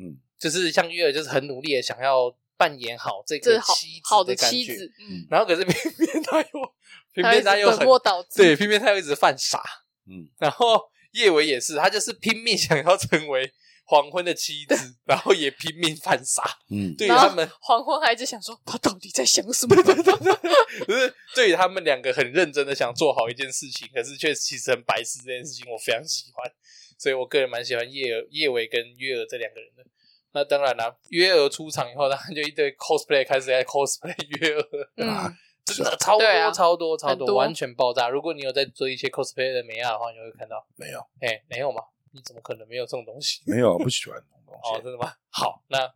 S2: 嗯
S1: 就是像月儿就是很努力的想要扮演好这
S3: 这
S1: 个
S3: 是好
S1: 妻
S3: 好
S1: 子
S3: 的
S1: 感
S3: 妻
S1: 觉，
S3: 子，嗯，
S1: 然后可是偏偏 他又偏
S3: 他一
S1: 偏
S3: 直
S1: 他又
S3: 本
S1: 很
S3: 末倒置，
S1: 对，偏偏他又一直犯傻，
S2: 嗯
S1: 然后叶维也是，他就是拼命想要成为黄昏的妻 子，然后也拼命犯傻。
S2: 嗯，
S1: 对于
S3: 然后
S1: 他们，
S3: 黄昏还一直想说他到底在想什么？
S1: 就是对于他们两个很认真的想做好一件事情，可是却其实很白痴这件事情，我非常喜欢。所以我个人蛮喜欢叶儿叶维跟月儿这两个人的。那当然啦、月儿出场以后，他就一堆 cosplay 开始在 cosplay 月儿，啊
S3: 嗯，
S1: 真的超多、
S3: 对啊
S1: 超多超
S3: 很多
S1: 完全爆炸。如果你有在追一些 cosplay 的美亚的话，你会看到，
S2: 没有
S1: 哎、没有吗？你怎么可能没有这种东西？
S2: 没有，不喜欢这种东
S1: 哦，
S2: 西，
S1: 真的吗？ 好，那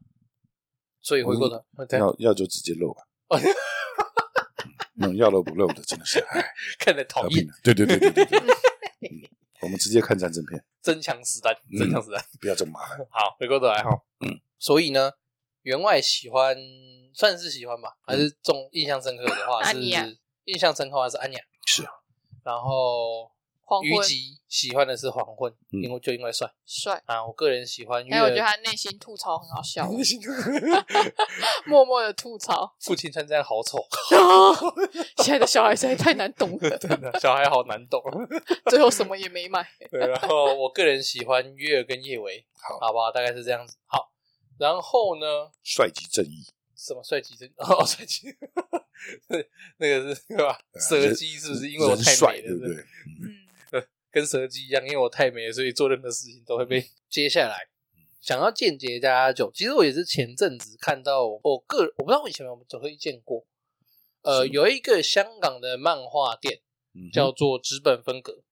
S1: 所以
S2: 嗯
S1: 回过头， 对，
S2: 要要就直接漏吧
S1: 哦。
S2: 那种要漏不漏的，真的是哎，
S1: 看得讨
S2: 和
S1: 厌
S2: 平，的。对对对对 对对。嗯我们直接看战争片，
S1: 真枪实弹，
S2: 嗯
S1: 真枪实弹。
S2: 不要这么麻 烦。
S1: 好，回过头来哈，嗯，所以呢，员外喜欢算是喜欢吧，还
S2: 嗯
S1: 是重印象深刻的话是
S3: 安妮啊
S1: 印象深刻的话是安雅，啊
S2: 是
S1: 然后
S3: 黄
S1: 虞
S3: 昏
S1: 姬喜欢的是黄昏，
S2: 嗯
S1: 因为就因为帅
S3: 帅。
S1: 啊，我个人喜欢月
S3: 还有，我觉得
S1: 儿。
S3: 他内心吐槽很好 笑，默默的吐槽，
S1: 父亲穿这样好丑，
S3: 现在的小孩实在太难懂了，
S1: 真的，小孩好难懂。
S3: 最后什么也 没买。
S1: 对，然后我个人喜欢月儿跟叶维，
S2: 好
S1: 好不好？大概是这样子。好，然后呢，
S2: 帅即正义，
S1: 什么帅鸡真 哦，帅鸡，那个是对吧？
S2: 啊
S1: 蛇姬是不是因为我太
S2: 人帅，
S1: 美了？
S2: 对不
S1: 是不是
S2: 对？
S3: 嗯，
S1: 跟蛇姬一样，因为我太美了，所以做任何事情都会
S2: 嗯
S1: 被。接下来想要间接加加酒，其实我也是前阵子看到我个我不知道我以前有没有推荐过，呃，
S2: 是
S1: 有一个香港的漫画店
S2: 嗯哼
S1: 叫做纸本风格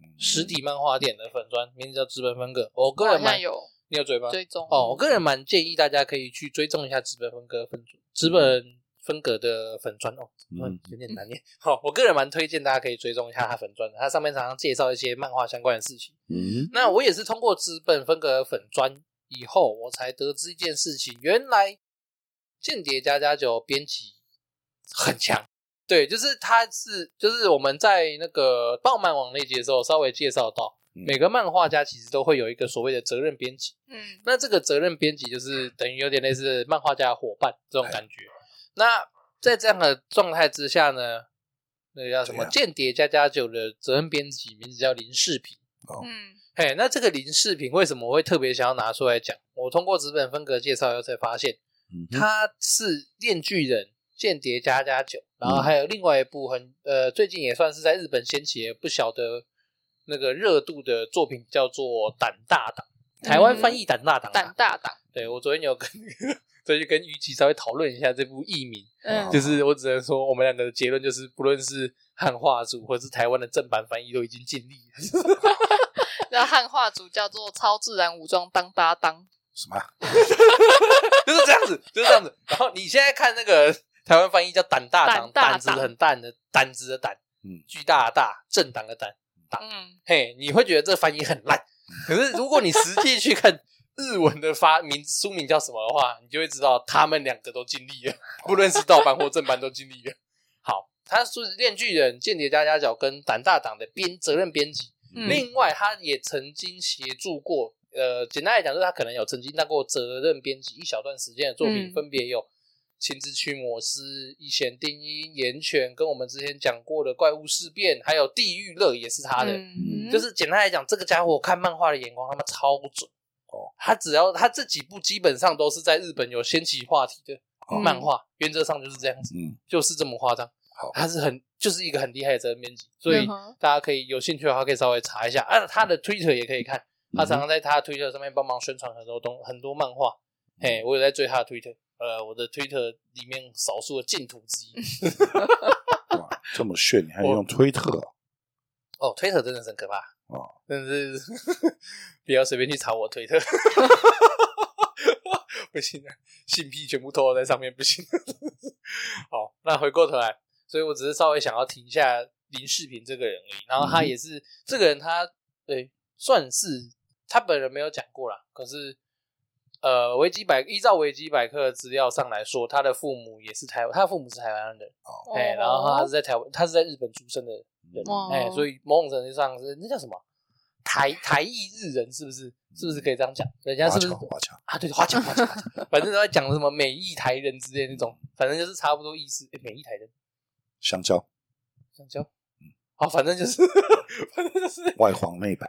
S2: 嗯
S1: 实体漫画店的粉砖，名字叫纸本风格。我
S3: 我
S1: 个
S3: 好
S1: 人
S3: 像
S1: 蛮
S3: 有
S1: 你有嘴巴
S3: 追踪
S1: 哦，我个人蛮建议大家可以去追踪一下纸本风格粉纸本风格的粉砖哦，
S2: 嗯
S1: 有点难念。好、我个人蛮推荐大家可以追踪一下他粉砖的，他上面常常介绍一些漫画相关的事情。
S2: 嗯
S1: 那我也是通过纸本风格粉砖以后，我才得知一件事情，原来《间谍加加九》编辑很强。对，就是他是，就是我们在那个爆漫网那集的时候稍微介绍到，
S2: 嗯
S1: 每个漫画家其实都会有一个所谓的责任编辑。
S3: 嗯
S1: 那这个责任编辑就是等于有点类似漫画家的伙伴这种感觉。那在这样的状态之下呢，那个叫什么
S2: 对啊
S1: 《间谍加加九》的责任编辑名字叫林世平。
S3: 嗯
S1: 嘿，那这个林世平为什么我会特别想要拿出来讲？我通过纸本风格介绍以后才发现，
S2: 嗯哼，
S1: 他是《链锯人》《间谍加加九》，然后还有另外一部很呃，最近也算是在日本掀起了不小的那个热度的作品，叫做《胆大党》，台湾翻译《胆大党》啊。
S3: 胆大党，
S1: 对我昨天有跟 所以就跟于琦稍微讨论一下这部译名，
S3: 嗯
S2: 哦
S1: 就是我只能说我们两个的结论就是，不论是汉化组或是台湾的正版翻译都已经尽力了。
S3: 那汉化组叫做超自然武装当搭当，
S2: 什么啊
S1: 就是这样子，就是这样子。然后你现在看那个台湾翻译叫“胆大党”，
S3: 胆大
S1: 胆子
S3: 党
S1: 很淡的胆子的胆，
S2: 嗯
S1: 巨大的大，政党的党。
S3: 嗯，
S1: 嘿，你会觉得这翻译很烂，可是如果你实际去看日文的发名书名叫什么的话，你就会知道他们两个都尽力了，不论是盗版或正版都尽力了。好，他是《链锯人》《间谍加加角》跟《胆大党》的编责任编辑，
S3: 嗯
S1: 另外他也曾经协助过，呃，简单来讲就是他可能有曾经当过责任编辑一小段时间的作品，
S3: 嗯
S1: 分别有《亲自驱魔师》《一弦定音》《岩泉》，跟我们之前讲过的《怪物事变》，还有《地狱乐》也是他的。
S3: 嗯
S1: 就是简单来讲，这个家伙看漫画的眼光他妈超准
S2: 哦。
S1: 他只要他这几部基本上都是在日本有掀起话题的
S2: 哦
S3: 嗯
S1: 漫画，原则上就是这样子，
S2: 嗯
S1: 就是这么夸张。
S2: 好
S1: 他是很就是一个很厉害的责任编辑，所以
S3: 嗯哼
S1: 大家可以有兴趣的话可以稍微查一下啊，他的 Twitter 也可以看，
S2: 嗯
S1: 他常常在他的 Twitter 上面帮忙宣传很多东很多漫画。嘿，我有在追他的 Twitter，呃，我的 Twitter 里面少数的净土之一。
S2: 哇这么炫，你还
S1: 我
S2: 用推特啊？
S1: 哦，推特真的是很可怕
S2: 哦，
S1: 真的是不要随便去查我推特， 不行啊，性癖全部透露在上面，不行。 好，那回过头来，所以我只是稍微想要停一下林世平这个人而已，然后他也是、这个人他，对算是他本人没有讲过啦，可是。呃，维基百依照维基百科的资料上来说，他的父母也是台，他的父母是台湾人，哎、然后他是在台湾，他是在日本出生的人，
S3: 哦
S1: 哎、所以某种程度上是那叫什么台台裔日人，是不是？是不是可以这样讲？人家
S2: 华
S1: 是不
S2: 侨，
S1: 是
S2: 华侨，
S1: 啊？对，华侨，华侨，华侨，反正都在讲什么美裔台人之类的那种，反正就是差不多意思。哎美裔台人，
S2: 香蕉，
S1: 香蕉，好，哦反正就是， 反正就是
S2: 外黄内白，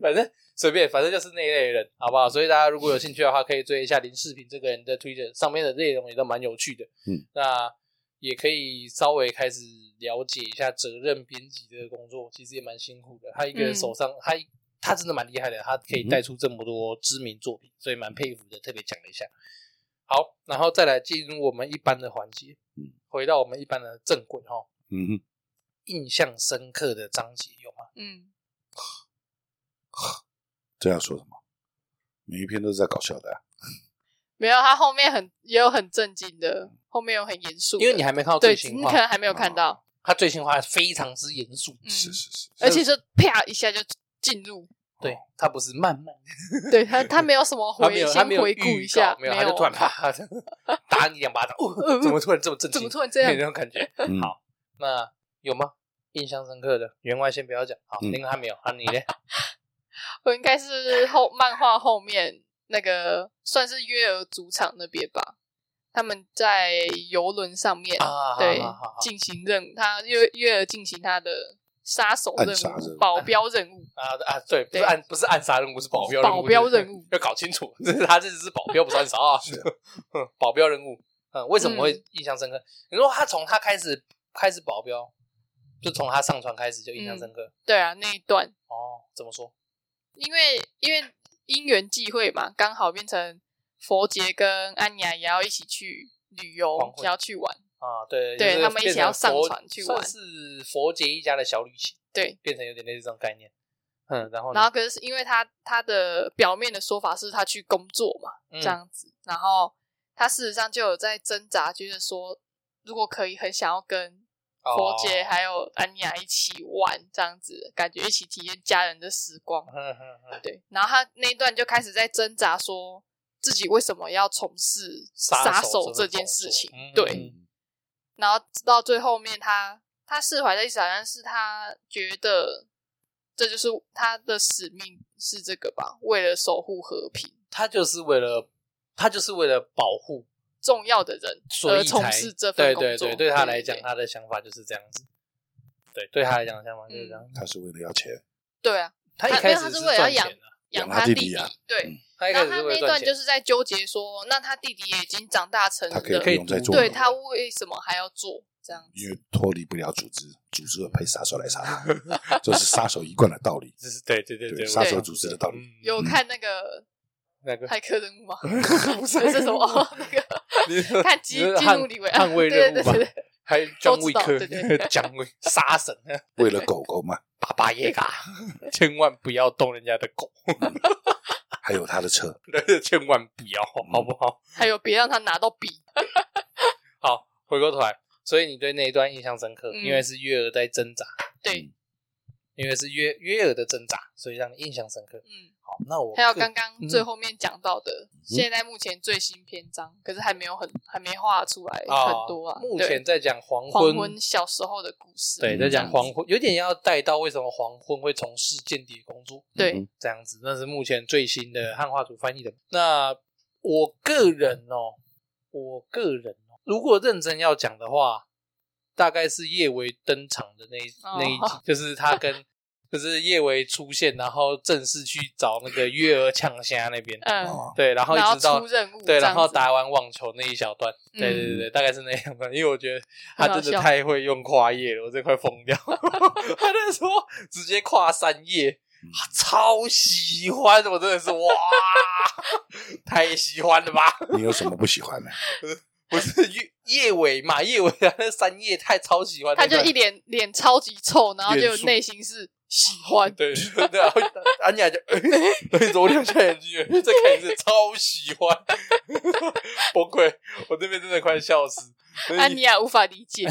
S1: 反正随便，反正就是那一类人，好不好？所以大家如果有兴趣的话，可以追一下林世平这个人的推特，上面的内容也都蛮有趣的。
S2: 嗯，
S1: 那也可以稍微开始了解一下责任编辑这个工作，其实也蛮辛苦的。他一个
S3: 嗯
S1: 人手上，他他真的蛮厉害的，他可
S2: 嗯
S1: 以带出这么多知名作品，所以蛮佩服的。特别讲了一下。好，然后再来进入我们一般的环节，
S2: 嗯，
S1: 回到我们一般的正轨哈。
S2: 嗯哼，
S1: 印象深刻的章节有吗？
S3: 嗯
S2: 这要说什么？每一篇都是在搞笑的啊，
S3: 没有，他后面很也有很震惊的，后面有很严肃的，
S1: 因为你还没看到
S3: 对
S1: 最新
S3: 你
S1: 话
S3: 可，能还没有看到，
S1: 他最新话非常之严肃，
S3: 嗯
S2: 是是是，
S3: 而且是啪一下就进入，
S1: 对他不是慢慢，
S3: 对他他没有什么
S1: 他
S3: 哦回
S1: 没有他
S3: 先
S1: 没有
S3: 回
S1: 预
S3: 顾
S1: 告
S3: 一下，呃
S1: 没有他就突然啪 打你两巴 掌，哦， 怎么突然这么震惊？
S3: 怎么 突然这样
S1: 那种感觉？
S2: 嗯
S1: 好，那有吗？印象深刻的员外先不要讲，好，
S2: 嗯
S1: 那个还没有啊，你呢？
S3: 我应该是后漫画后面那个算是约尔主场那边吧，他们在游轮上面、
S1: 啊，
S3: 对
S1: 好好好
S3: 进行任务，他约约尔进行他的杀手任
S2: 暗杀任
S3: 务、
S2: 务
S3: 保镖任务，
S1: 啊啊，对，不是
S3: 对
S1: 暗不是暗杀任务，是保镖任务，
S3: 保镖任务
S1: 要搞清楚，这是他这只是保镖，不是暗杀啊
S2: 是，
S1: 保嗯
S3: 嗯
S1: 镖任务。嗯，为什么会印象深刻？你说他从他开始开始保镖，就从他上船开始就印象深刻。
S3: 对啊，那一段，
S1: 哦，怎么说？
S3: 因为因为因缘际会嘛，刚好变成佛杰跟安雅也要一起去旅游
S1: 黄，昏
S3: 也要去玩。
S1: 啊，对
S3: 对
S1: 就是
S3: 他们一起
S1: 变成
S3: 要上
S1: 佛
S3: 船去玩
S1: 算是佛杰一家的小旅行，
S3: 对，
S1: 变成有点类似这种概念。嗯，然后呢
S3: 然后可是因为他他的表面的说法是他去工作嘛，
S1: 嗯
S3: 这样子，然后他事实上就有在挣扎，觉得说如果可以，很想要跟佛杰
S1: 哦
S3: 还有安妮亚一起玩，这样子感觉一起体验家人的时光。
S1: 哼哼哼
S3: 对，然后他那一段就开始在挣扎，说自己为什么要从事
S1: 杀
S3: 杀
S1: 手这
S3: 手这
S1: 份工
S3: 件
S1: 作
S3: 事情
S1: 嗯？
S3: 对，
S2: 嗯
S3: 然后直到最后面他，他释怀的意思好像是他觉得这就是他的使命是这个吧，为了守护和平，
S1: 他就是为了他就是为了保护，
S3: 重要的人
S1: 所
S3: 而
S1: 以
S3: 从
S1: 才
S3: 事这份
S1: 对
S3: 工
S1: 对
S3: 作。
S1: 对，对他来讲，
S3: 对
S1: 他的想法就是这样子。对，对他来讲的想法就是这样。
S2: 他是为了要钱，
S3: 对啊，
S1: 他一
S3: 嗯他
S1: 开
S3: 没有
S1: 始
S3: 他是
S1: 是
S3: 为了要
S1: 赚钱
S3: 养
S1: 的，
S2: 养他
S3: 他
S2: 弟
S3: 弟
S2: 弟啊
S3: 对。
S1: 他一
S3: 然
S1: 开始是
S3: 后他
S1: 为
S3: 那
S1: 了
S3: 一段
S1: 赚
S3: 就
S1: 钱。
S3: 是在纠结说，那他弟弟也已经长大成
S2: 他可以
S3: 人
S2: 不
S1: 可以
S3: 了，
S2: 用再
S1: 读
S2: 做
S1: 了
S3: 对
S2: 了，
S3: 他为什么还要做这样
S2: 因
S3: 子？
S2: 为脱离不了组织，组织会派杀手来杀他， 这是杀手一贯的道理。
S1: 就是对对对
S2: 对
S1: 对，
S2: 杀
S3: 手
S2: 组织的道理
S1: 有
S3: 有看那个
S1: 嗯那个
S3: 骇客任 务吗？
S1: 不是
S3: 这是什么？哦那个 看基
S1: 你是
S3: 基
S1: 捍
S3: 努里维
S1: 捍卫
S3: 对
S1: 任
S3: 对
S1: 务吧
S3: 对对，
S1: 还有姜
S3: 都
S1: 维
S3: 知道
S1: 克
S3: 对对、
S1: 姜维杀神、
S2: 为了狗狗嘛，
S1: 爸爸也 嘎，千万不要动人家的狗，
S2: 还有他的车，
S1: 千万不要，
S3: 嗯
S1: 好不好？
S3: 还有别让他拿到笔。
S1: 好，回过头来，所以你对那一段印象深刻，
S3: 嗯
S1: 因为是月儿在挣扎，
S3: 对，
S1: 因为是月月儿的挣扎，所以让你印象深刻。
S3: 嗯，
S1: 好，那我
S3: 还有
S1: 个
S3: 刚刚最后面讲到的，
S2: 嗯
S3: 现在目前最新篇章，可是还没有很还没画出来
S1: 啊
S3: 很多啊。
S1: 目
S3: 对
S1: 前在讲黄
S3: 黄昏小时候的故事，
S1: 对，
S2: 嗯
S1: 在
S3: 这
S1: 讲
S3: 样子
S1: 黄昏，有点要带到为什么黄昏会从事间谍工作
S3: 对
S2: 嗯
S1: 这样子，那是目前最新的汉化组翻译的。那我个人哦，我个人哦，如果认真要讲的话，大概是叶维登场的那一、
S3: 哦
S1: 那一集，就是他跟就是叶维出现，然后正式去找那个月儿呛虾那边，
S3: 嗯，
S2: 哦，
S1: 对，然后一
S3: 然后
S1: 直到
S3: 出任务，
S1: 对，然后
S3: 这样
S1: 打完网球那一小段，
S3: 嗯
S1: 对对对对，大概是那样的。因为我觉得他真
S3: 很
S1: 的
S3: 好笑
S1: 太会用跨页了，我真 的快疯掉。他那时候直接跨三页，超喜欢，我真的是哇， 太喜欢了吧？
S2: 你有什么不喜欢的？
S1: 不是叶叶尾嘛，叶尾他那三页太超喜欢
S3: 子，他
S1: 那
S3: 就
S1: 段，
S3: 一脸脸超级臭，然后就
S1: 元素
S3: 内心是喜 欢，
S1: 对对对，然后安雅就，哎对，我两下眼睛，这看一次超喜欢， 崩溃，我那边真的快笑死。
S3: 安妮亚无法理解，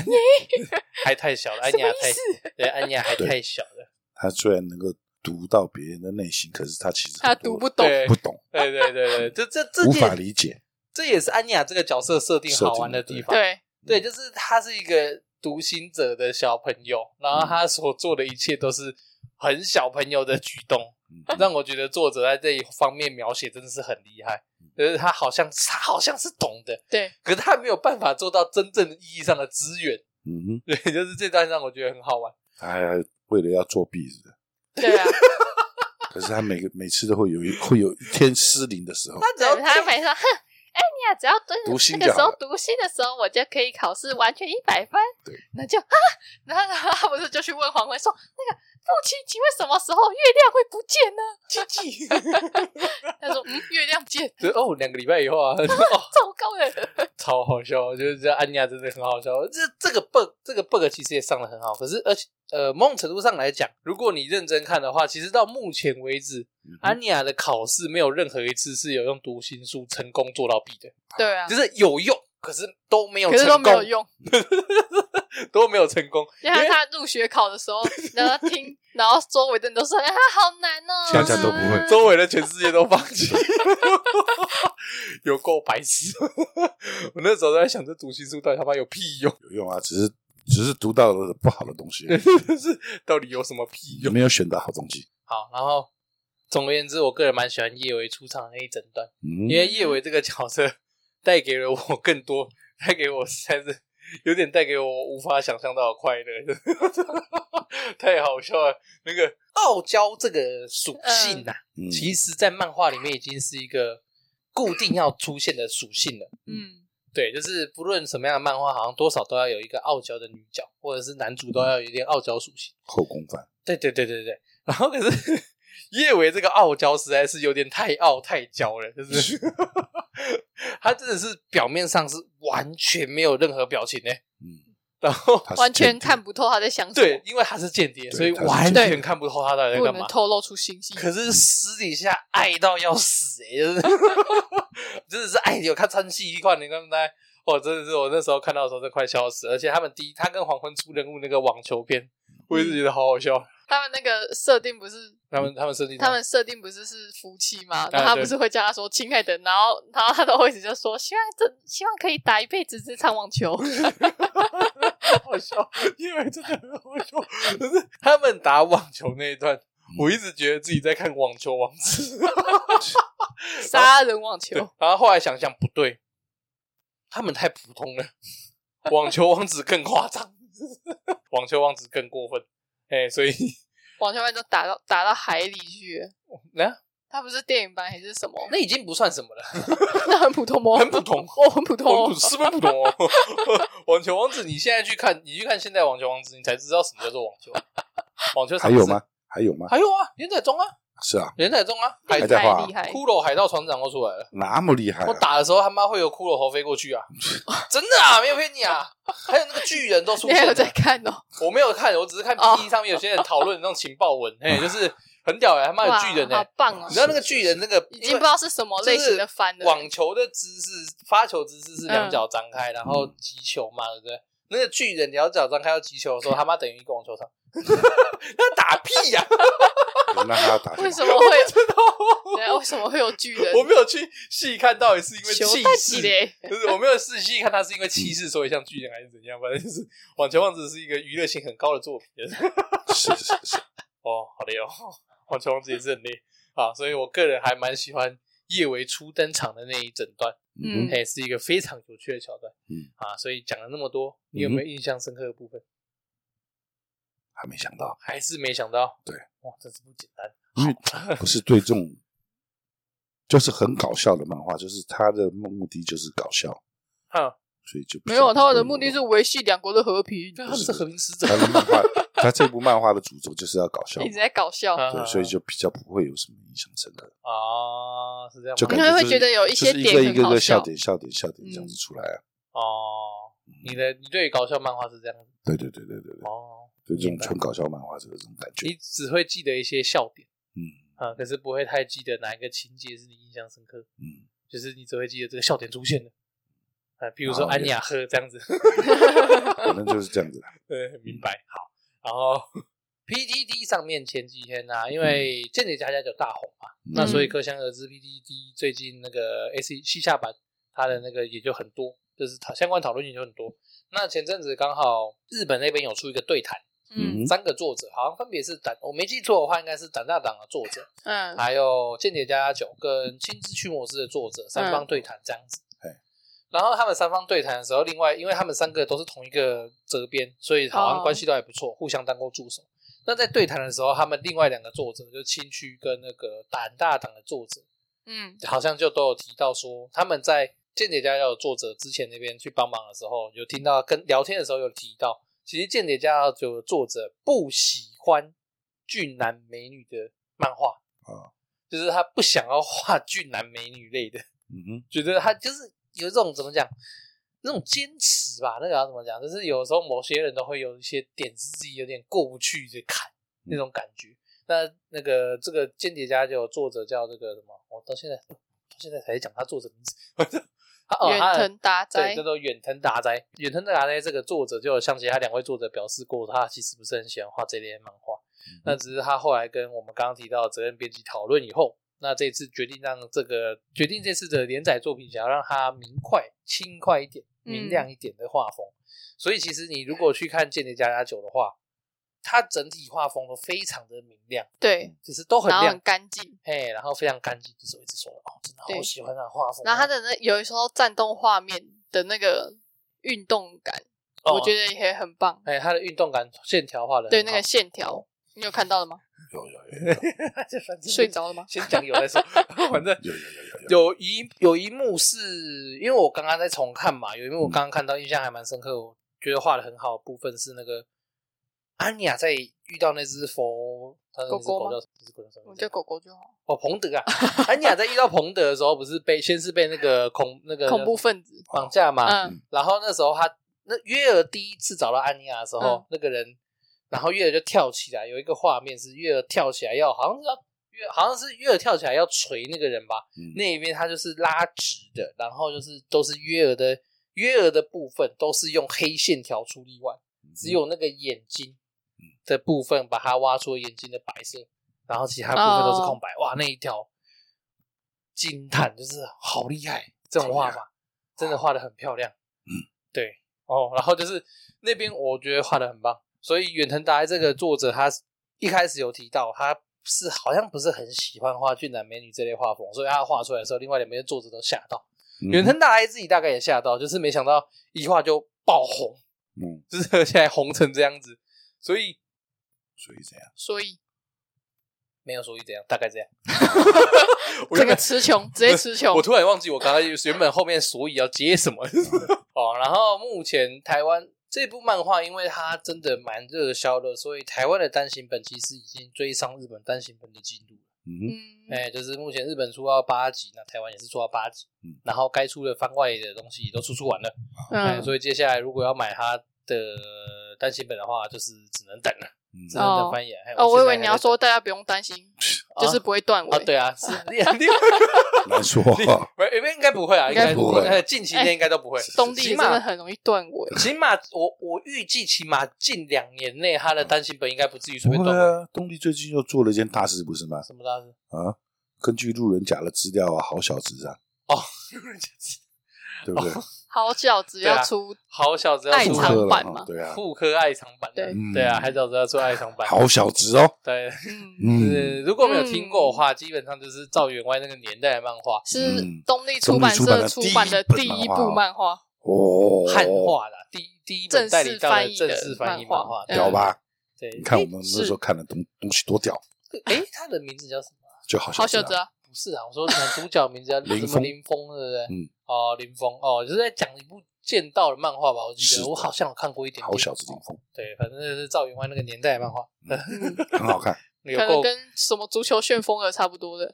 S1: 还太小了，安
S3: 什
S1: 雅
S3: 么意
S1: 太
S3: 思
S1: 对安雅还
S2: 对
S1: 太小了，
S2: 他虽然能够读到别人的内心，可是他其实
S3: 他
S2: 很
S3: 读
S2: 多
S3: 不懂，
S1: 对
S2: 不懂，
S1: 对对对对，这这这
S2: 无法
S1: 也
S2: 理解。
S1: 这也是安雅这个角色设定好玩的地方，
S3: 对，
S1: 对，就是他是一个独行者的小朋友，然后他所做的一切都是很小朋友的举动，
S2: 嗯
S1: 让我觉得作者在这一方面描写真的是很厉害，就是他好像他好像是懂的，
S3: 对，
S1: 可是他没有办法做到真正意义上的支援，
S2: 嗯哼，
S1: 对，就是这段让我觉得很好玩，
S2: 他还为了要作弊似的，
S3: 对 啊，
S2: 可是他 每个每次都会有一会有一天失灵的时候，
S1: 他只要
S3: 对，他每次说，哼，哎，你呀，只要读
S2: 读心
S3: 那
S2: 就
S3: 个时
S2: 好
S3: 候
S2: 了
S3: 读心的时候，我就可以考试完全一百分。
S2: 对，
S3: 那就啊，然后然后他不是就去问黄昏说，那个父亲，请问什么时候月亮会不见呢？
S1: 叽叽，
S3: 他说，嗯，月亮不见，
S1: 就是哦，两个礼拜以后啊，就哦，
S3: 糟糕了。
S1: 超好笑，我觉得这安雅真的很好笑。这这个 bug 这个 bug 其实也上的很好，可是而且呃某种程度上来讲，如果你认真看的话，其实到目前为止，
S2: 嗯哼
S1: 安雅的考试没有任何一次是有用读心术成功做到 B 的，
S3: 对啊
S1: 就，是有用，可是都没有
S3: 可
S1: 成
S3: 是
S1: 功，
S3: 都没有用，
S1: 都没有成功。
S3: 就像
S1: 因为
S3: 他入学考的时 候，然后听，然后周围的人都说，啊，好难哦，
S2: 大家都不会
S1: 周围的全世界都放 弃，有够白痴！ 我那时候在想，这读心术到底他妈有屁用？
S2: 有用啊，只是只是读到了不好的东西，
S1: 就是到底有什么屁用
S2: 有？没有选到好东西？
S1: 好，然后总而言之，我个人蛮喜欢叶维出场的那一整段，
S2: 嗯
S1: 因，为叶维这个角色带给了我更多，带给我实在是有点带给我无法想象到的快乐， 太好笑了。那个傲娇这个属性啊呐、
S2: 嗯
S1: 其实在漫画里面已经是一个固定要出现的属性了。
S3: 嗯，
S1: 对，就是不论什么样的漫画，好像多少都要有一个傲娇的女角，或者是男主都要有一点傲娇属性。
S2: 后啊宫番，
S1: 对对对对对。然后可是叶维这个傲娇实在是有点太傲太娇了，就是 他真的是表面上是完全没有任何表情呢、
S2: 嗯，
S1: 然后
S2: 他是
S3: 完全
S2: 间谍
S3: 看不透他在想什
S1: 对
S3: 么，，
S1: 因为他是间谍，
S2: 对
S1: 所以
S2: 他是
S1: 完
S3: 间谍
S1: 全看不透他到底在
S3: 不
S1: 干
S3: 能
S1: 嘛。
S3: 透露出信息。
S1: 可是私底下爱到要死、欸，就是 真的是爱有看穿戏一块，你看不看？哦，真的是我那时候看到的时候，真快笑死！而且他们第一，他跟黄昏出任务那个网球片，我一直觉得好好笑。
S3: 他们那个设定不是
S1: 他们他们设定
S3: 他们设定不是是夫妻
S2: 啊
S3: 吗？
S1: 对
S3: 然后他不是会叫他说“亲爱的”，然后然后他都会一直就说希望这希望可以打一辈子只唱网 球。
S1: 好笑， 因为真的很好笑。 可是他们打网球那一段，我一直觉得自己在看《网球王 子》
S3: 杀人网
S1: 对
S3: 球，
S1: 然后后来想想不对，他们太普通了，网球王子更夸张， 网球王子更过分。哎、所以
S3: 网球班都打到打到海里去了。
S1: 那、
S3: 他不是电影版还是什 么？
S1: 那已经不算什么了，
S3: 那很普通吗？
S1: 很普 通
S3: 哦，很普通
S1: 我
S3: 哦
S1: 们。是不是不懂 哦？网球王子，你现在去看，你去看现在网球王子，你才知道什么叫做网球。网球
S2: 还有？吗？还有吗？
S1: 还有啊，连载中啊，
S2: 是啊，
S1: 连载中啊，海
S2: 还在画啊
S3: 厉害，
S1: 骷髅海盗船长都出来了。
S2: 那么厉害啊、
S1: 我打的时候，他妈会有骷髅头飞过去 啊！真的啊，没有骗你啊！还有那个巨人都出
S3: 你 还
S1: 现
S3: 有
S1: 了
S3: 在，看哦？
S1: 我没有看，我只是看
S3: 哦
S1: PPT 上面有些人讨论那种情报 文，哎，就是很屌哎，他妈有
S3: 哇，
S1: 巨人
S3: 好
S1: 哎！
S3: 棒哦
S1: 你知！道那个巨人那个
S3: 已经不知道是什么类型的翻了。
S1: 网球的姿势，发球姿势是两脚张
S3: 嗯
S1: 开，然后击球嘛，对不对？那个巨人两脚张开要击球 的时候，他妈等于一个网球场，那打屁呀、
S2: 那他要打什
S3: 为
S2: 么？
S3: 什么会有？
S1: 真的哦
S3: 对啊为什么会有巨人？
S1: 我没有去细看，到底是因为
S3: 球
S1: 气
S3: 太
S1: 势
S3: 急，嘞！
S1: 就是我没有仔细看他是因为气势所以像巨人还是怎样，反正就是《网球王子》是一个娱乐性很高的作品。
S2: 是是 是，
S1: 哦，好累哦， 网球王子也是很累啊，所以我个人还蛮喜欢叶维初登场的那一整段，
S2: 嗯
S1: 它也是一个非常有趣的桥段。
S2: 嗯
S1: 啊，所以讲了那么多，你有没有印象深刻的部分？
S2: 还没想到，
S1: 还是没想到，
S2: 对，
S1: 哇，真是不简单。
S2: 因为不是对这种，就是很搞笑的漫画，就是他的目的就是搞笑，
S1: 哈，
S2: 所以就比
S3: 没
S2: 较
S3: 有，他
S2: 不会
S3: 的目的是维系两国的 和平，
S1: 对，他们是和平使者
S2: 他 的漫 画，他这部漫画的主轴就是要搞笑
S3: 一
S2: 嘛，
S3: 直啊在搞笑。
S2: 对，所以就比较不会有什么印象深刻，
S1: 啊，是这样
S2: 就
S1: 吗
S2: 感？
S3: 你会
S2: 觉、就是、
S3: 觉得有一些
S2: 就是
S3: 点
S2: 一个一
S3: 很
S2: 个
S3: 好
S2: 个
S3: 笑嗯
S2: 笑点、笑点、笑点这样子出来啊。
S1: 哦，你的你对于搞笑漫画是这样子
S2: 对对对对对对，
S1: 哦，
S2: 就这种
S1: 明白
S2: 纯搞笑漫画就是这种感觉
S1: 你。只会记得一些笑点
S2: 嗯
S1: 啊，可是不会太记得哪一个情节是你印象深刻的。
S2: 嗯，
S1: 就是你只会记得这个笑点出现的，啊，比如说
S2: 哦
S1: 安雅赫这样 子，
S2: 反正就是这样子啦。嗯
S1: 对，明白。好，然后 PDD 上面前几天呢、啊，因为《间谍家家酒》大红嘛，
S2: 嗯
S1: 那所以可想而知，PDD 最近那个 AC 西夏版它的那个也就很多，就是讨相关讨论也就很多。那前阵子刚好日本那边有出一个对谈，
S3: 嗯
S2: 嗯
S1: 三个作者好像分别是胆，我没记错的话，应该是胆大党的作者，
S3: 嗯，
S1: 还有《间谍家家酒》跟《亲自驱魔师》的作者三方对谈这样子。
S2: 嘿
S1: 然后他们三方对谈的时候，另外因为他们三个都是同一个责编，所以好像
S3: 哦
S1: 关系都还不错，互相当过助手。那在对谈的时候，他们另外两个作者，就亲区跟那个胆大党的作者，
S3: 嗯
S1: 好像就都有提到说，他们在《间谍家家酒》的作者之前那边去帮忙的时候，有听到跟聊天的时候有提到，其实《间谍家家酒》的作者不喜欢俊男美女的漫画，
S2: 啊，
S1: 就是他不想要画俊男美女类的，
S2: 嗯哼，
S1: 觉得他就是有一种怎么讲，那种坚持吧，那个要怎么讲，就是有时候某些人都会有一些点是自己有点过不去的坎那种感觉。那那个这个间谍家就有作者叫这个什么，我到现在到现在才讲他作者名字， 他哦
S3: 远
S1: 他的
S3: 藤达
S1: 对，
S3: 哉
S1: 叫，做远藤达哉。远藤达哉这个作者就有向其他两位作者表示过，他其实不是很喜欢画这类漫画，那只是他后来跟我们刚刚提到的责任编辑讨论以后，那这次决定让这个决定这次的连载作品想要让它明快、轻快一点、
S3: 嗯
S1: 明亮一点的画风。所以其实你如果去看《间谍加加酒》的话，它整体画风都非常的明亮，
S3: 对，
S1: 就是都很
S3: 然后很
S1: 亮，
S3: 干净，
S1: 嘿，然后非常干净，就是我一直说哦，真的好
S3: 对
S1: 喜欢它的画风哦。
S3: 然后他的那有时候战斗画面的那个运动感，
S1: 哦
S3: 我觉得也很棒。
S1: 哎，它的运动感线条画的
S3: 对那个线条，你有看到了吗？
S2: 有有有
S3: 睡着了吗？
S1: 先讲有再 说，反正
S2: 有有有有有，
S1: 有一有一幕是因为我刚刚在重看嘛，有一幕我刚刚看到印象还蛮深刻，我觉得画的很好的部分是那个安雅在遇到那只佛，它那只
S3: 狗狗
S1: 狗
S3: 吗
S1: 叫那只狗叫什么
S3: 我？叫狗狗就好。
S1: 哦，彭德啊，安雅在遇到彭德的时候，不是被先是被那个恐那个
S3: 恐怖分子，
S1: 绑架嘛，
S3: 嗯，
S1: 然后那时候他那约尔第一次找到安妮亚的时候，
S3: 嗯
S1: 那个人，然后约尔就跳起来，有一个画面是约尔跳起来要，好像是要约，好像是约尔跳起来要捶那个人吧。
S2: 嗯
S1: 那一边他就是拉直的，然后就是都是约尔的约尔的部分都是用黑线条出例外，
S2: 嗯
S1: 只有那个眼睛的部分把它挖出眼睛的白色，然后其他部分都是空白。哇，那一条惊叹就是好厉害，这种画法真的画的很漂亮。
S2: 嗯，
S1: 对哦，然后就是那边我觉得画的很棒，所以远藤达哉这个作者他一开始有提到他。是好像不是很喜欢画俊男美女这类画风，所以他画出来的时候，另外两边的作者都吓到，
S2: 嗯
S1: 远藤达哉自己大概也吓到，就是没想到一画就爆红，
S2: 嗯，
S1: 就是 现在红成这样子，所以
S2: 所以这样，
S3: 所以
S1: 没有所以怎样，大概这样。我
S3: 这
S1: 原
S3: 个
S1: 本
S3: 词穷，直接词 穷
S1: 我。突然忘记我刚才原本后面所以要接什么 哦。然后目前台湾这部漫画，因为它真的蛮热销的，所以台湾的单行本其实已经追上日本单行本的进度了。
S2: 嗯
S3: 嗯，
S1: 哎、就是目前日本出到八集，那台湾也是出到八集，
S2: 嗯
S1: 然后该出的番外的东西也都出出完了。哎、
S3: 嗯，
S1: 所以接下来如果要买它的单行本的话，就是只能等了，只
S2: 嗯，
S1: 能等翻译了。哎
S3: 哦，我
S1: 现
S3: 以
S1: 在
S3: 为
S1: 还
S3: 你
S1: 在
S3: 要
S1: 等
S3: 说大家不用担心，就是不会断
S1: 啊，
S3: 尾。
S1: 对啊，是 另另外
S2: 难说，
S1: 没没应该不会啊，
S3: 应
S1: 应
S3: 该哎
S1: 该
S2: 不会
S1: 呃近期内应该都不会。
S3: 东帝
S1: 起
S3: 真的
S1: 码
S3: 很容易断 尾。
S1: 起码我我预计起码近两年内他的单行本应该不至于随
S2: 不啊
S1: 便
S2: 过
S1: 断尾。
S2: 呢，东帝最近又做了一件大事，不是吗？
S1: 什么大事？
S2: 啊，根据路人甲的资料啊，好小子啊，对不
S1: 哦
S2: 对？
S3: 好饺子
S1: 对
S3: 要
S1: 啊
S3: 出，
S1: 好小子要
S3: 爱
S1: 出
S2: 复
S3: 藏
S2: 刻
S3: 版
S2: 了
S3: 嘛
S2: 啊，对啊，
S1: 妇科爱藏版，
S3: 对
S2: 嗯
S1: 对啊，海小子要出爱藏版，
S2: 好小子哦，
S1: 对。
S3: 嗯，
S2: 嗯，
S1: 是如果没有听过的话，基本上就是赵员外那个年代的漫画，
S3: 是
S2: 嗯
S3: 东立出版社出版的
S2: 东立
S3: 第
S2: 出版的第
S3: 一
S2: 一
S3: 部
S2: 部
S3: 漫画，
S2: 哦，
S1: 汉化的第一第一本代理到正式翻译漫画，
S3: 正式翻译的漫画
S2: 屌吧？
S1: 对，
S2: 你看我们
S3: 是
S2: 那时候看的东东西多屌，
S1: 哎，他的名字叫什么？
S2: 就好
S3: 好小
S2: 小
S3: 子
S2: 子啊，
S3: 啊，
S1: 不是啊，我说男主角名字叫
S2: 林
S1: 什么
S2: 峰
S1: 林峰，对不对？
S2: 嗯，
S1: 哦，林峰，哦，就是在讲一部剑道的漫画吧，我记
S2: 是
S1: 得
S2: 的
S1: 我好啊像有看过一点点。
S2: 好小子顶峰，
S1: 对，反正就是赵员外那个年代的漫画，
S3: 嗯，
S2: 很好看
S1: 有
S3: 可能
S1: 够
S3: 跟什么足球旋风耳差不多的，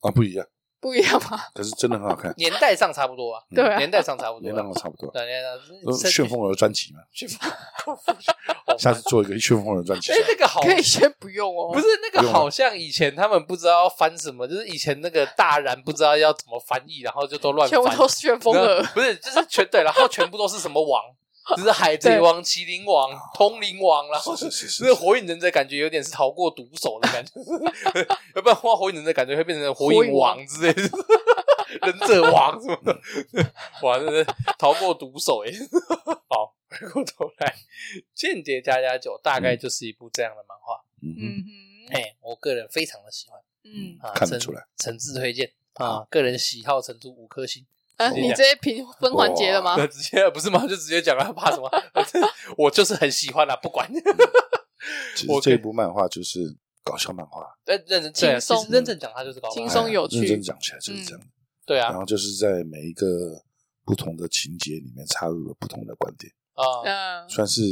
S2: 啊，不一样，
S3: 不一样吗？
S2: 可是真的很好看，
S1: 年代上差不多啊，
S2: 嗯
S3: 对啊
S1: 年代上差不多
S2: 连
S1: 啊，
S2: 浪都差不多。
S1: 对，年代上
S2: 呃旋风儿专辑嘛，
S1: 旋风，
S2: 下次做一个旋风儿专辑啊
S1: 哎，，那个好
S3: 可以先不用哦，
S1: 不是那
S2: 不
S1: 个，
S2: 用了
S1: 好像以前他们不知道要翻什么，就是以前那个大然不知道要怎么翻译，然后就都乱翻
S3: 全，部都是旋 风
S1: 然后
S3: 耳，
S1: 不是，就是全对，然后全部都是什么王，就是海贼王、麒麟王、通灵王，然后
S2: 是是是
S1: 那个火影忍者感觉有点是逃过毒手的感觉， 要不然画火影忍者感觉会变成火影王之类的，忍者王什么的，哇，真的是逃过毒手哎、好，回过头来，《间谍加加酒》大概就是一部这样的漫画，
S2: 嗯
S3: 嗯哼，
S1: 哎、我个人非常的喜欢
S3: 嗯，
S1: 啊，
S2: 看得
S1: 诚
S2: 出来，
S1: 诚挚推荐啊，个人喜好程度五颗星。
S3: 啊，
S2: 是
S3: 你直接评分环节了
S2: 啊
S3: 吗？
S1: 对，直接不是吗？就直接讲啊，怕什么？反正我就是很喜欢啦、啊不管。
S2: 哼，其
S1: 我
S2: 实这部漫画就是搞笑漫画，
S1: 但认真
S3: 轻
S1: 对啊其实
S3: 松
S1: 认真讲，他就是高
S3: 轻
S1: 中。
S3: 松有趣
S2: 哎认真讲起来就是这样。
S1: 对
S2: 然
S1: 啊
S2: 后就是在每一个不同的情节里面插入了不同的观点，
S1: 啊
S3: 嗯，
S2: 算是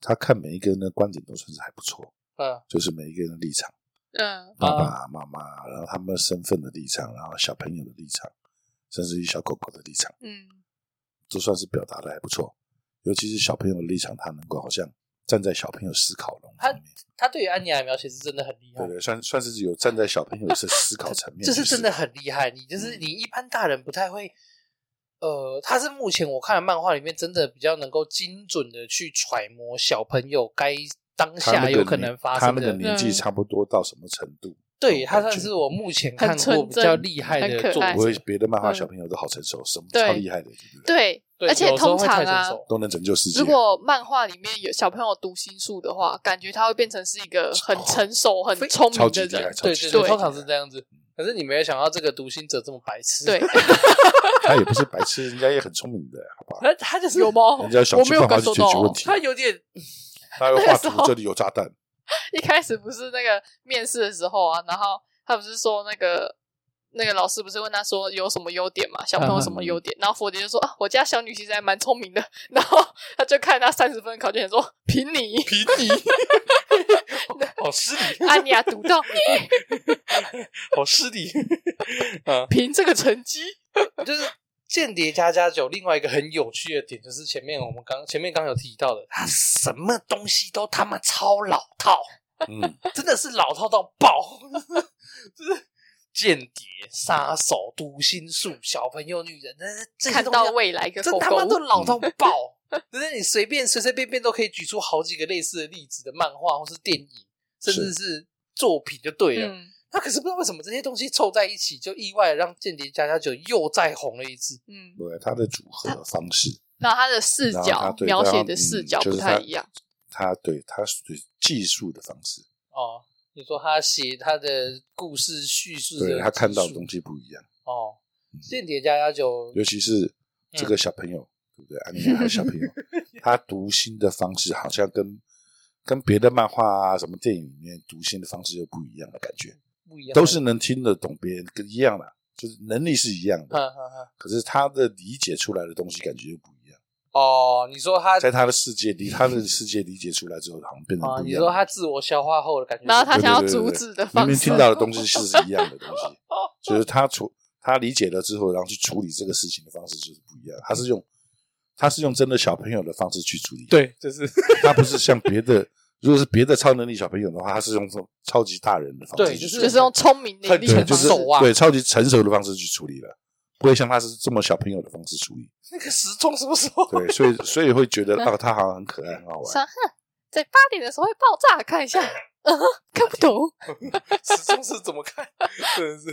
S2: 他看每一个人的观点都算是还不错，
S1: 嗯
S2: 就是每一个人的立场，
S3: 嗯，
S2: 爸爸妈妈，然后他们的身份的立场，然后小朋友的立场，甚至于小狗狗的立场。
S3: 嗯，
S2: 都算是表达的还不错，尤其是小朋友的立场，他能够好像站在小朋友思考的方面，
S1: 他对于安妮亚的描写是真的很厉害
S2: 对，对，算算是有站在小朋友的思考层面，嗯
S1: 这是
S2: 就是
S1: 真的很厉害。你就是你一般大人不太会，呃，他是目前我看的漫画里面真的比较能够精准的去揣摩小朋友该当
S2: 他那
S1: 下
S2: 个
S1: 有可
S2: 年
S1: 能发
S2: 他
S1: 生
S2: 那个
S1: 的。
S2: 年纪差不多到什么程度，
S1: 对他
S2: 感
S1: 算
S2: 觉
S1: 是我目前看
S3: 很纯
S1: 过比较
S3: 真
S1: 厉害
S3: 很可
S1: 的作
S3: 爱
S2: 不会
S1: 品，
S2: 别的漫画
S3: 嗯
S2: 小朋友都好成熟，什么
S3: 对
S2: 超厉害的，对不对？
S3: 对，
S1: 对
S3: 而且
S1: 有时候
S3: 通
S1: 会太
S3: 常
S1: 成
S3: 啊
S1: 熟
S2: 都能拯救世界。
S3: 如果漫画里面有小朋友读心术的话，感觉他会变成是一个
S1: 哦
S3: 很成熟、很聪
S2: 超
S3: 明
S2: 级
S3: 的
S2: 厉害，
S3: 人。
S2: 超
S1: 对对
S2: 级厉害
S1: 对，通常是这样子。可是你没有想到这个独行者这么白痴，
S3: 对，
S2: 他也不是白痴，人家也很聪明的，好不好？
S1: 他他就是
S3: 有吗？
S2: 人家有
S3: 哦
S2: 想
S3: 我没
S2: 尽
S3: 有
S2: 办法
S3: 感
S2: 去
S3: 受
S2: 解
S3: 到
S2: 决问
S3: 哦。
S2: 题，
S1: 他有点
S2: 他要
S3: 那个
S2: 画
S3: 时候
S2: 图，这里有炸弹，
S3: 一开始不是那个面试的时候啊，然后他不是说那个那个老师不是问他说有什么优点嘛，小朋友什么优点，
S1: 嗯
S3: 然后佛杰就说啊，我家小女其实还蛮聪明的， 然后他就看他三十分的考卷想说凭你，
S1: 凭你，好失礼，
S3: 安妮亚啊读到
S1: 好失礼，嗯，
S3: 凭这个成绩，
S1: 就是《间谍加加酒》另外一个很有趣的点，就是前面我们刚前面刚有提到的，他什么东西都他妈超老套，
S2: 嗯，
S1: 真的是老套到爆， 就是间谍、杀手、读心术、小朋友、女人，那 这些
S3: 看
S1: 东
S3: 到
S1: 西啊
S3: 未来一个
S1: 真
S3: 狗嗯
S1: 他妈都
S3: 狗，
S1: 老 到爆。就是你随便随随便便都可以举出好几个类似的例子的漫画或是电影，甚至是作品就对了。
S3: 嗯
S1: 那可是不知道为什么这些东西凑在一起，就意外地让《间谍加加酒》又再红了一次。
S3: 嗯，
S2: 对，他的组合方式，
S3: 然后他的视
S2: 然后他
S3: 角
S2: 对
S3: 描写
S2: 他
S3: 的
S2: 嗯
S3: 视角
S2: 就
S3: 不
S2: 是他
S3: 太一样，
S2: 他对他对技术的方式，
S1: 哦，你说他写他的故事叙事的技术，
S2: 对他看到的嗯东西不一样，
S1: 哦，《间谍加加酒》
S2: 尤其是
S3: 嗯
S2: 这个小朋友，对不对？安妮亚的小朋 友，他读心的方式好像跟跟别的漫画啊、什么电影里面读心的方式又不一样的感觉，
S3: 嗯
S1: 不一样，
S2: 都是能听得懂别人跟一样的，就是能力是一样
S1: 哈
S3: 嗯
S2: 的，
S1: 哈哈。
S2: 可是他的理解出来的东西感觉又不一样，
S1: 哦，你说他
S2: 在他的世界里，他的世界理解出来之后，好像变
S3: 哦
S1: 啊，
S2: 成不一
S1: 你
S2: 样
S1: 说
S2: 了。
S1: 他自我消化后的感觉，
S3: 然后他
S2: 对
S3: 想要
S2: 对对
S3: 阻
S2: 对
S3: 止的
S2: 明
S3: 方
S2: 明
S3: 式
S2: 听，到的东西是一样的东西，就是他处他理解了之后，然后去处理这个事情的方式就是不一样。他是用他是用真的小朋友的方式去处理，
S1: 对，就是
S2: 他不是像别的，如果是别的超能力小朋友的话，他是用这种超级大人的方式
S1: 对
S2: 去
S1: 就
S2: 处理，
S3: 就是用聪明伶
S1: 很
S3: 俐的
S2: 对，就
S3: 方
S2: 是
S3: 式，
S1: 手啊
S2: 对超级成熟的方式去处理了，不会像他是这么小朋友的方式处理。
S1: 那个 时钟什么时 候？
S2: 对，所以所以会觉得哦，他好像很可爱，很好玩。
S3: 伤害在八点的时候会爆炸，看一下，嗯 哼看不懂。
S1: 时钟是怎么看？ 真的是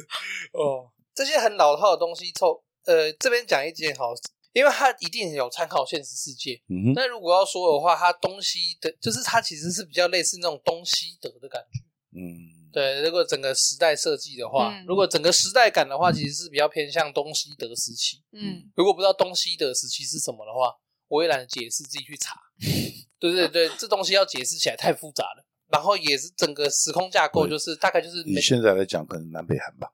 S1: 哦，这些很老套的东西凑，呃，这边讲一件好，因为它一定有参考现实世界。
S2: 嗯哼，
S1: 那如果要说的话，它东西的，就是它其实是比较类似那种东西德的感觉。
S2: 嗯，
S1: 对，如果整个时代设计的话，
S3: 嗯
S1: 如果整个时代感的话，其实是比较偏向东西德时期。
S3: 嗯，
S1: 如果不知道东西德时期是什么的话，我也懒得解释，自己去查。 对对对，这东西要解释起来太复杂了。然后也是整个时空架构，
S2: 对
S1: 就是大概就是
S2: 以
S1: 每
S2: 现在来讲，可能南北韩吧，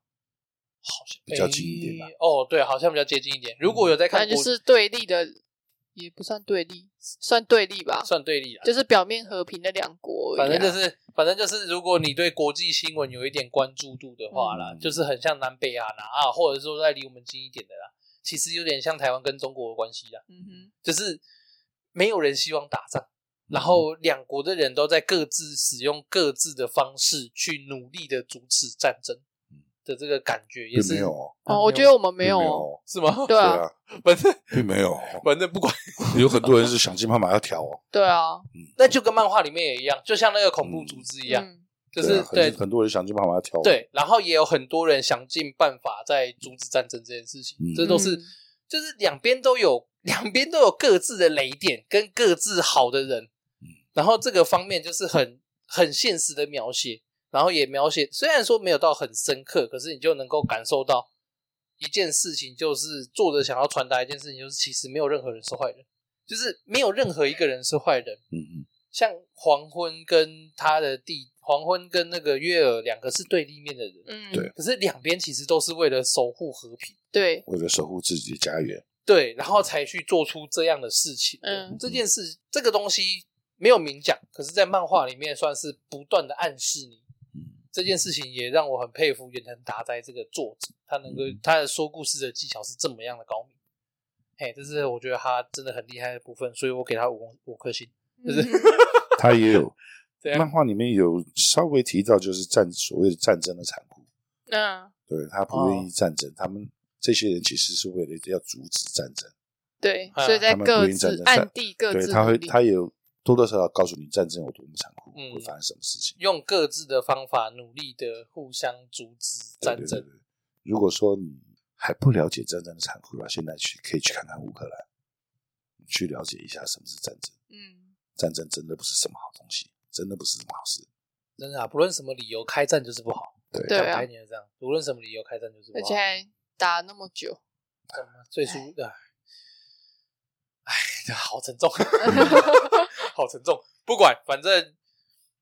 S1: 好像
S2: 比较近一点吧
S1: 诶哦，对，好像比较接近一点。如果有在看
S3: 反
S1: 国，
S3: 正就是对立的，也不算对立，算对立吧，
S1: 算对立了。
S3: 就是表面和平的两国而
S1: 反
S3: 已啊。
S1: 正就是，反正就是，如果你对国际新闻有一点关注度的话啦，
S2: 嗯
S1: 就是很像南北亚啦啊，或者说在离我们近一点的啦，其实有点像台湾跟中国的关系啦，
S3: 嗯
S1: 就是没有人希望打仗，然
S2: 嗯
S1: 后两国的人都在各自使用各自的方式去努力的阻止战争的这个感觉，也
S2: 嗯并
S1: 是
S2: 没有哦，
S3: 哼，哦，我觉得我们没
S2: 并
S3: 有
S2: 没
S3: 哦，
S2: 有，
S1: 是吗？
S3: 对
S2: 对
S3: 啊，
S2: 啊，
S1: 反正
S2: 并没有哦，
S1: 反正不管。
S2: 有很多人是想尽办法要调哦，
S3: 对啊，
S1: 那就跟漫画里面也一样，就像那个恐怖组织一样，
S3: 嗯
S1: 就
S2: 对
S1: 是
S2: 啊很
S1: 对
S2: 很多人想尽办法要调哦，
S1: 对，然后也有很多人想尽办法在阻止战争这件事情，
S2: 嗯
S1: 这都是、
S3: 嗯
S1: 就是两边都有，两边都有各自的雷点跟各自好的人，然后这个方面就是很很现实的描写，然后也描写虽然说没有到很深刻，可是你就能够感受到一件事情，就是作者想要传达一件事情，就是其实没有任何人是坏人，就是没有任何一个人是坏人。
S2: 嗯嗯，
S1: 像黄昏跟他的弟，黄昏跟那个约尔两个是对立面的人，
S3: 嗯，
S2: 对
S1: 可是两边其实都是为了守护和平，
S3: 对，
S2: 为了守护自己的家园，
S1: 对，然
S2: 嗯
S1: 后才去做出这样的事情。
S3: 嗯
S1: 这件事这个东西没有明讲，可是，在漫画里面算是不断的暗示你。
S2: 嗯
S1: 这件事情也让我很佩服远藤达哉这个作者，他能够
S2: 嗯
S1: 他的说故事的技巧是这么样的高明，嘿，这是我觉得他真的很厉害的部分，所以我给他五公五颗星。 就是
S3: 嗯
S2: 他也有
S1: 对啊
S2: 漫画里面有稍微提到，就是战所谓的战争的残酷，
S3: 嗯，
S2: 对他不愿意战
S1: 哦
S2: 争，他们这些人其实是为了要阻止战争，
S3: 对，
S1: 啊
S3: 所以在
S2: 他们
S3: 各
S2: 不应战
S3: 自
S2: 争
S3: 暗地各
S2: 对
S3: 自
S2: 他
S3: 努
S2: 会
S3: 力，
S2: 他也有多多少少告诉你战争有多么残酷，
S1: 嗯
S2: 会发生什么事情。
S1: 用各自的方法努力的互相阻止
S2: 对
S1: 战
S2: 对对
S1: 争。
S2: 对如果说你还不了解战争的残酷的话，现在去可以去看看乌克兰，去了解一下什么是战争。
S3: 嗯，
S2: 战争真的不是什么好东西，真的不是什么好事。
S1: 真的啊，不论什么理由，开战就是不好。
S2: 对
S3: 对
S1: 讲
S3: 啊
S1: 白一，点就这样，无论什么理由，开战就是不
S3: 而
S1: 好
S3: 且。还打那么久，
S1: 最初的， 哎，这好沉重，好沉重。不管，反正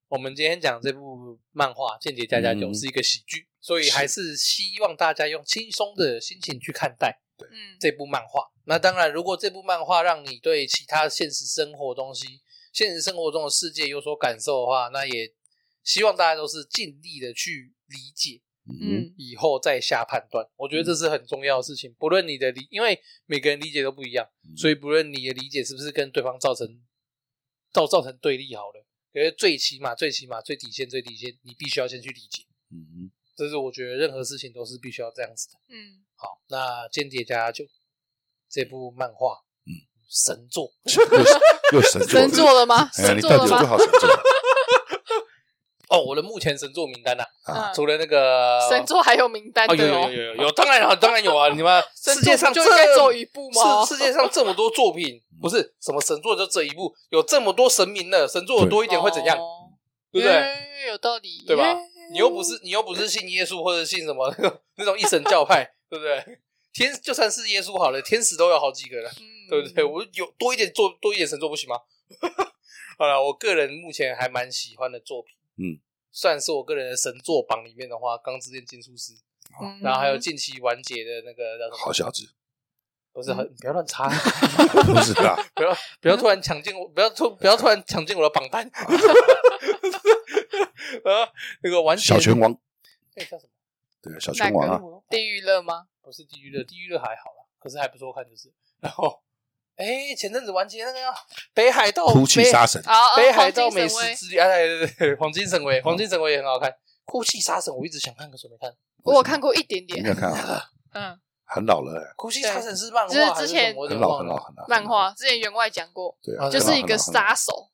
S1: 我们今天讲这部漫画《间谍加加九》
S2: 嗯
S1: 是一个喜剧，所以还是希望大家用轻松的心情去看待
S3: 嗯，
S1: 这部漫画。那当然，如果这部漫画让你对其他现实生活东西、现实生活中的世界有所感受的话，那也希望大家都是尽力的去理解，
S2: 嗯，
S3: 嗯
S1: 以后再下判断。我觉得这是很重要的事情。不论你的理，因为每个人理解都不一样，所以不论你的理解是不是跟对方造成造造成对立，好了，可是最起码、最起码、最底线、最底线，你必须要先去理解。
S2: 嗯
S1: 这是我觉得任何事情都是必须要这样子的。
S3: 嗯，
S1: 好，那《间谍加加九》这部漫画，
S2: 嗯，
S1: 神作，
S2: 又神作
S3: 神作了吗？
S2: 哎呀，
S3: 神
S2: 你
S3: 作
S2: 到
S3: 了
S2: 底有多少
S3: 吗？
S2: 神作？
S1: 哦，我的目前神作名单啊，
S2: 啊
S3: 嗯
S1: 除了那个
S3: 神作还有名单
S1: 哦，
S3: 的
S1: 有有
S3: 哦，
S1: 有有有，当然有，当然有啊！你们
S3: 神
S1: 世
S3: 作
S1: 界上
S3: 不就
S1: 这
S3: 应该做一部吗？
S1: 世世界上这么多作品，不是什么神作就这一部，有这么多神明了，神作有多一点会怎样？
S3: 哦
S1: 对不对？
S3: 嗯有道理，
S1: 对吧
S3: 嗯？
S1: 你又不是你又不是信耶稣或者信什么 那种一神教派，对不对？天就算是耶稣好了，天使都有好几个了，
S3: 嗯
S1: 对不对？我有多一点做多一点神作不行吗？ 好了，我个人目前还蛮喜欢的作品，
S2: 嗯，
S1: 算是我个人的神作榜里面的话，《钢之炼金术师》，
S3: 嗯
S1: 然后还有近期完结的那个叫什么？
S2: 好小子，
S1: 不
S3: 嗯
S1: 是很，不要乱插，啊
S2: 不是啦，
S1: 不要不要突然抢进我，不要突不要突然抢进我的榜单。 啊，那个完全
S2: 小拳王，
S1: 那个叫什么？
S2: 对，小拳王
S3: 哪
S2: 啊
S3: 个，地狱乐吗？
S1: 不是地狱乐，地狱乐还好啦，可是还不错看就是。然后，哎，前阵子完结那个啊北海道
S2: 哭泣
S1: 北
S2: 杀神，
S3: 啊，
S1: 北
S3: 啊
S1: 海道
S3: 黄金
S1: 美
S3: 神威
S1: 食之旅，哎，对对对，黄金神
S2: 嗯
S1: 威，黄金神威也很好看。哭泣杀神我一直想看，可是我没看。
S3: 我有看过一点
S2: 你
S3: 点
S2: 没，有看啊？
S3: 嗯，
S2: 很老了欸，
S1: 哭泣杀神是漫画
S3: 就是
S1: 还是
S3: 之
S1: 什
S3: 前
S1: 么？我有
S2: 很
S1: 点
S2: 老，
S1: 忘
S2: 很
S1: 了
S2: 老，。很老。
S3: 漫画之前员外讲过，
S2: 对啊，
S1: 就
S3: 就是一个
S2: 很老，
S3: 杀手，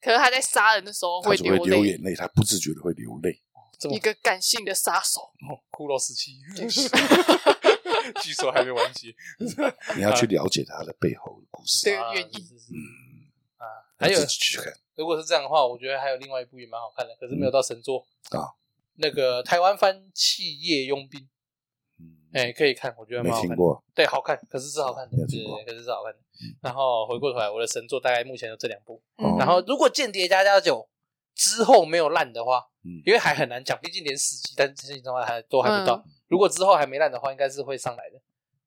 S3: 可是他在杀人的时候
S2: 很老
S3: 会
S2: 他只会
S3: 流
S2: 流，眼泪，他不自觉的会流泪。
S1: 这么哦
S3: 一个感性的杀手，
S1: 骷髅时期， 据说还没完结。
S2: 你要去了解他的背后的故事
S3: 对
S2: 啊，
S3: 这个原
S1: 啊
S3: 因
S1: 是是是
S2: 嗯，
S1: 啊，还有
S2: 要自，己去看
S1: 如果是这样的话，我觉得还有另外一部也蛮好看的，可是没有到神作
S2: 嗯啊。
S1: 那个台湾翻《企业佣兵》，
S2: 嗯，
S1: 哎，可以看，我觉得
S2: 没
S1: 蛮好
S2: 听
S1: 看的。
S2: 过，
S1: 对，好看，可是是好看的，
S2: 没有
S1: 对
S2: 听
S1: 对，
S2: 过嗯
S1: 对可是是好看的。然后回过头来，我的神作大概目前就这两部。
S3: 嗯
S2: 哦
S1: 然后，如果《间谍加加九》之后没有烂的话，
S2: 嗯
S1: 因为还很难讲，毕竟连十集，但是现在还都还不到。
S2: 嗯
S1: 如果之后还没烂的话，应该是会上来的。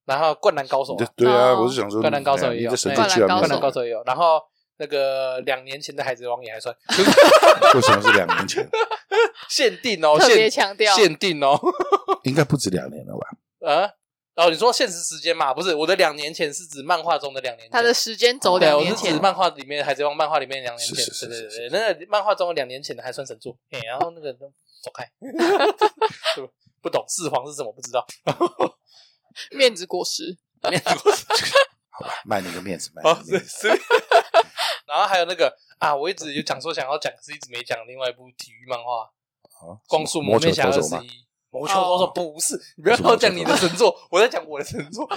S1: 然后，《灌篮高手
S2: 你
S1: 啊》
S2: 这对啊，
S3: 哦
S2: 我是想说，
S1: 灌篮高手
S2: 哎
S1: 也有
S2: 你这神
S1: 哎
S2: 作居然
S1: 灌
S2: 没
S3: 灌
S1: 篮
S2: 有
S1: 高手也有，然后那个两年前的海贼王也还算
S2: 为什么是两年前？
S1: 限定哦，
S3: 特
S1: 限
S3: 别强调，
S1: 限定哦，
S2: 应该不止两年了吧？
S1: 啊，哦，你说现实时间嘛？不是，我的两年前是指漫画中的两年前，
S3: 他的时间轴
S1: 对，
S3: 两
S1: 我
S3: 年
S1: 是指
S3: 前，
S1: 漫画里面海贼王漫画里面两年前，
S2: 是是
S1: 对
S2: 是
S1: 对
S2: 是
S1: 对，对那个漫画中的两年前的还算神作，哎，然后那个走 开，对吧不懂四皇是什么不知 道，
S3: 面子果 实，
S2: 好吧，卖你个面子，卖
S1: 哦，
S2: 你
S1: 是
S2: 个面子。
S1: 是。 然后还有那个啊，我一直有讲说想要讲，可是一直没讲另外一部体育漫画《
S2: 好
S1: 光速
S2: 魔
S1: 蒙
S2: 球
S1: 面侠
S2: 投
S1: 二
S2: 手
S1: 十
S2: 哦吗？
S1: 一》。魔球投手
S2: 哦
S1: 不是，你不要老讲你的神作，我在讲我的神作。